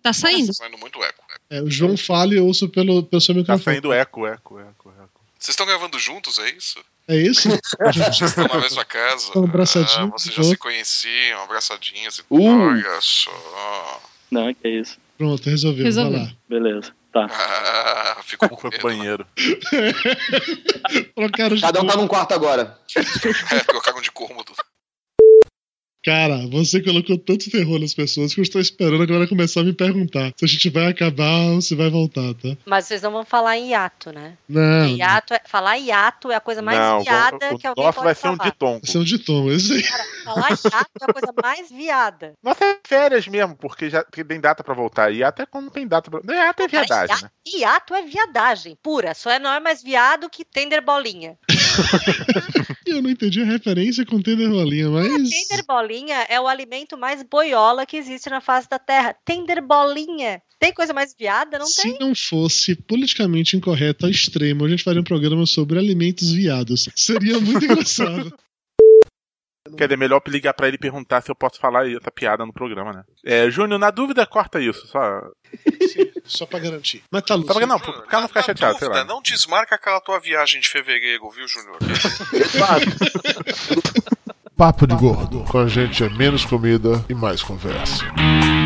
Speaker 5: Tá saindo?
Speaker 6: Saindo muito eco.
Speaker 3: É, o João fala e eu ouço pelo, pelo seu
Speaker 4: Tá
Speaker 3: microfone.
Speaker 4: saindo eco, eco, eco.
Speaker 6: Vocês estão gravando juntos, é isso?
Speaker 3: É isso?
Speaker 6: Vocês estão na mesma casa?
Speaker 3: Estão abraçadinhos.
Speaker 6: Ah, vocês já se conheciam, abraçadinhas e
Speaker 3: Uh.
Speaker 6: um Olha só.
Speaker 8: Não, que é isso.
Speaker 3: Pronto, resolveu.
Speaker 8: Resolvi.
Speaker 3: Vai lá.
Speaker 8: Beleza, tá.
Speaker 6: Ah, ficou com medo.
Speaker 4: banheiro.
Speaker 9: Cada um tá num quarto agora.
Speaker 6: É, colocaram de cômodo.
Speaker 3: Cara, você colocou tanto terror nas pessoas que eu estou esperando agora começar a me perguntar se a gente vai acabar ou se vai voltar, tá?
Speaker 7: Mas vocês não vão falar em hiato, né?
Speaker 3: Não.
Speaker 7: Hiato é- falar hiato é a coisa mais
Speaker 3: Não,
Speaker 7: viada
Speaker 3: o- o
Speaker 7: que alguém pode falar.
Speaker 3: Vai ser um ditongo, isso aí.
Speaker 7: Falar hiato é a coisa mais viada.
Speaker 4: Nossa, é férias mesmo, porque já porque tem data pra voltar. E até quando tem data pra. É, até verdade, né?
Speaker 7: Hiato é viadagem pura. Só é não é mais viado que tender bolinha.
Speaker 3: Eu não entendi a referência com Tender Bolinha, mas.
Speaker 7: Tender bolinha é o alimento mais boiola que existe na face da Terra. Tender bolinha. Tem coisa mais viada? Não
Speaker 3: Se
Speaker 7: tem.
Speaker 3: não fosse politicamente incorreto ao extremo, a gente faria um programa sobre alimentos viados. Seria muito engraçado.
Speaker 4: né? Quer dizer, melhor ligar pra ele e perguntar se eu posso falar essa piada no programa, né? É, Júnior, na dúvida, corta isso, só.
Speaker 3: Só pra garantir. Mas tá,
Speaker 4: Só pra, não, pro cara não ficar chateado, sei
Speaker 6: Dúvida,
Speaker 4: lá.
Speaker 6: não desmarca aquela tua viagem de fevereiro, viu, Júnior?
Speaker 19: Papo de gordo. Com a gente é menos comida e mais conversa.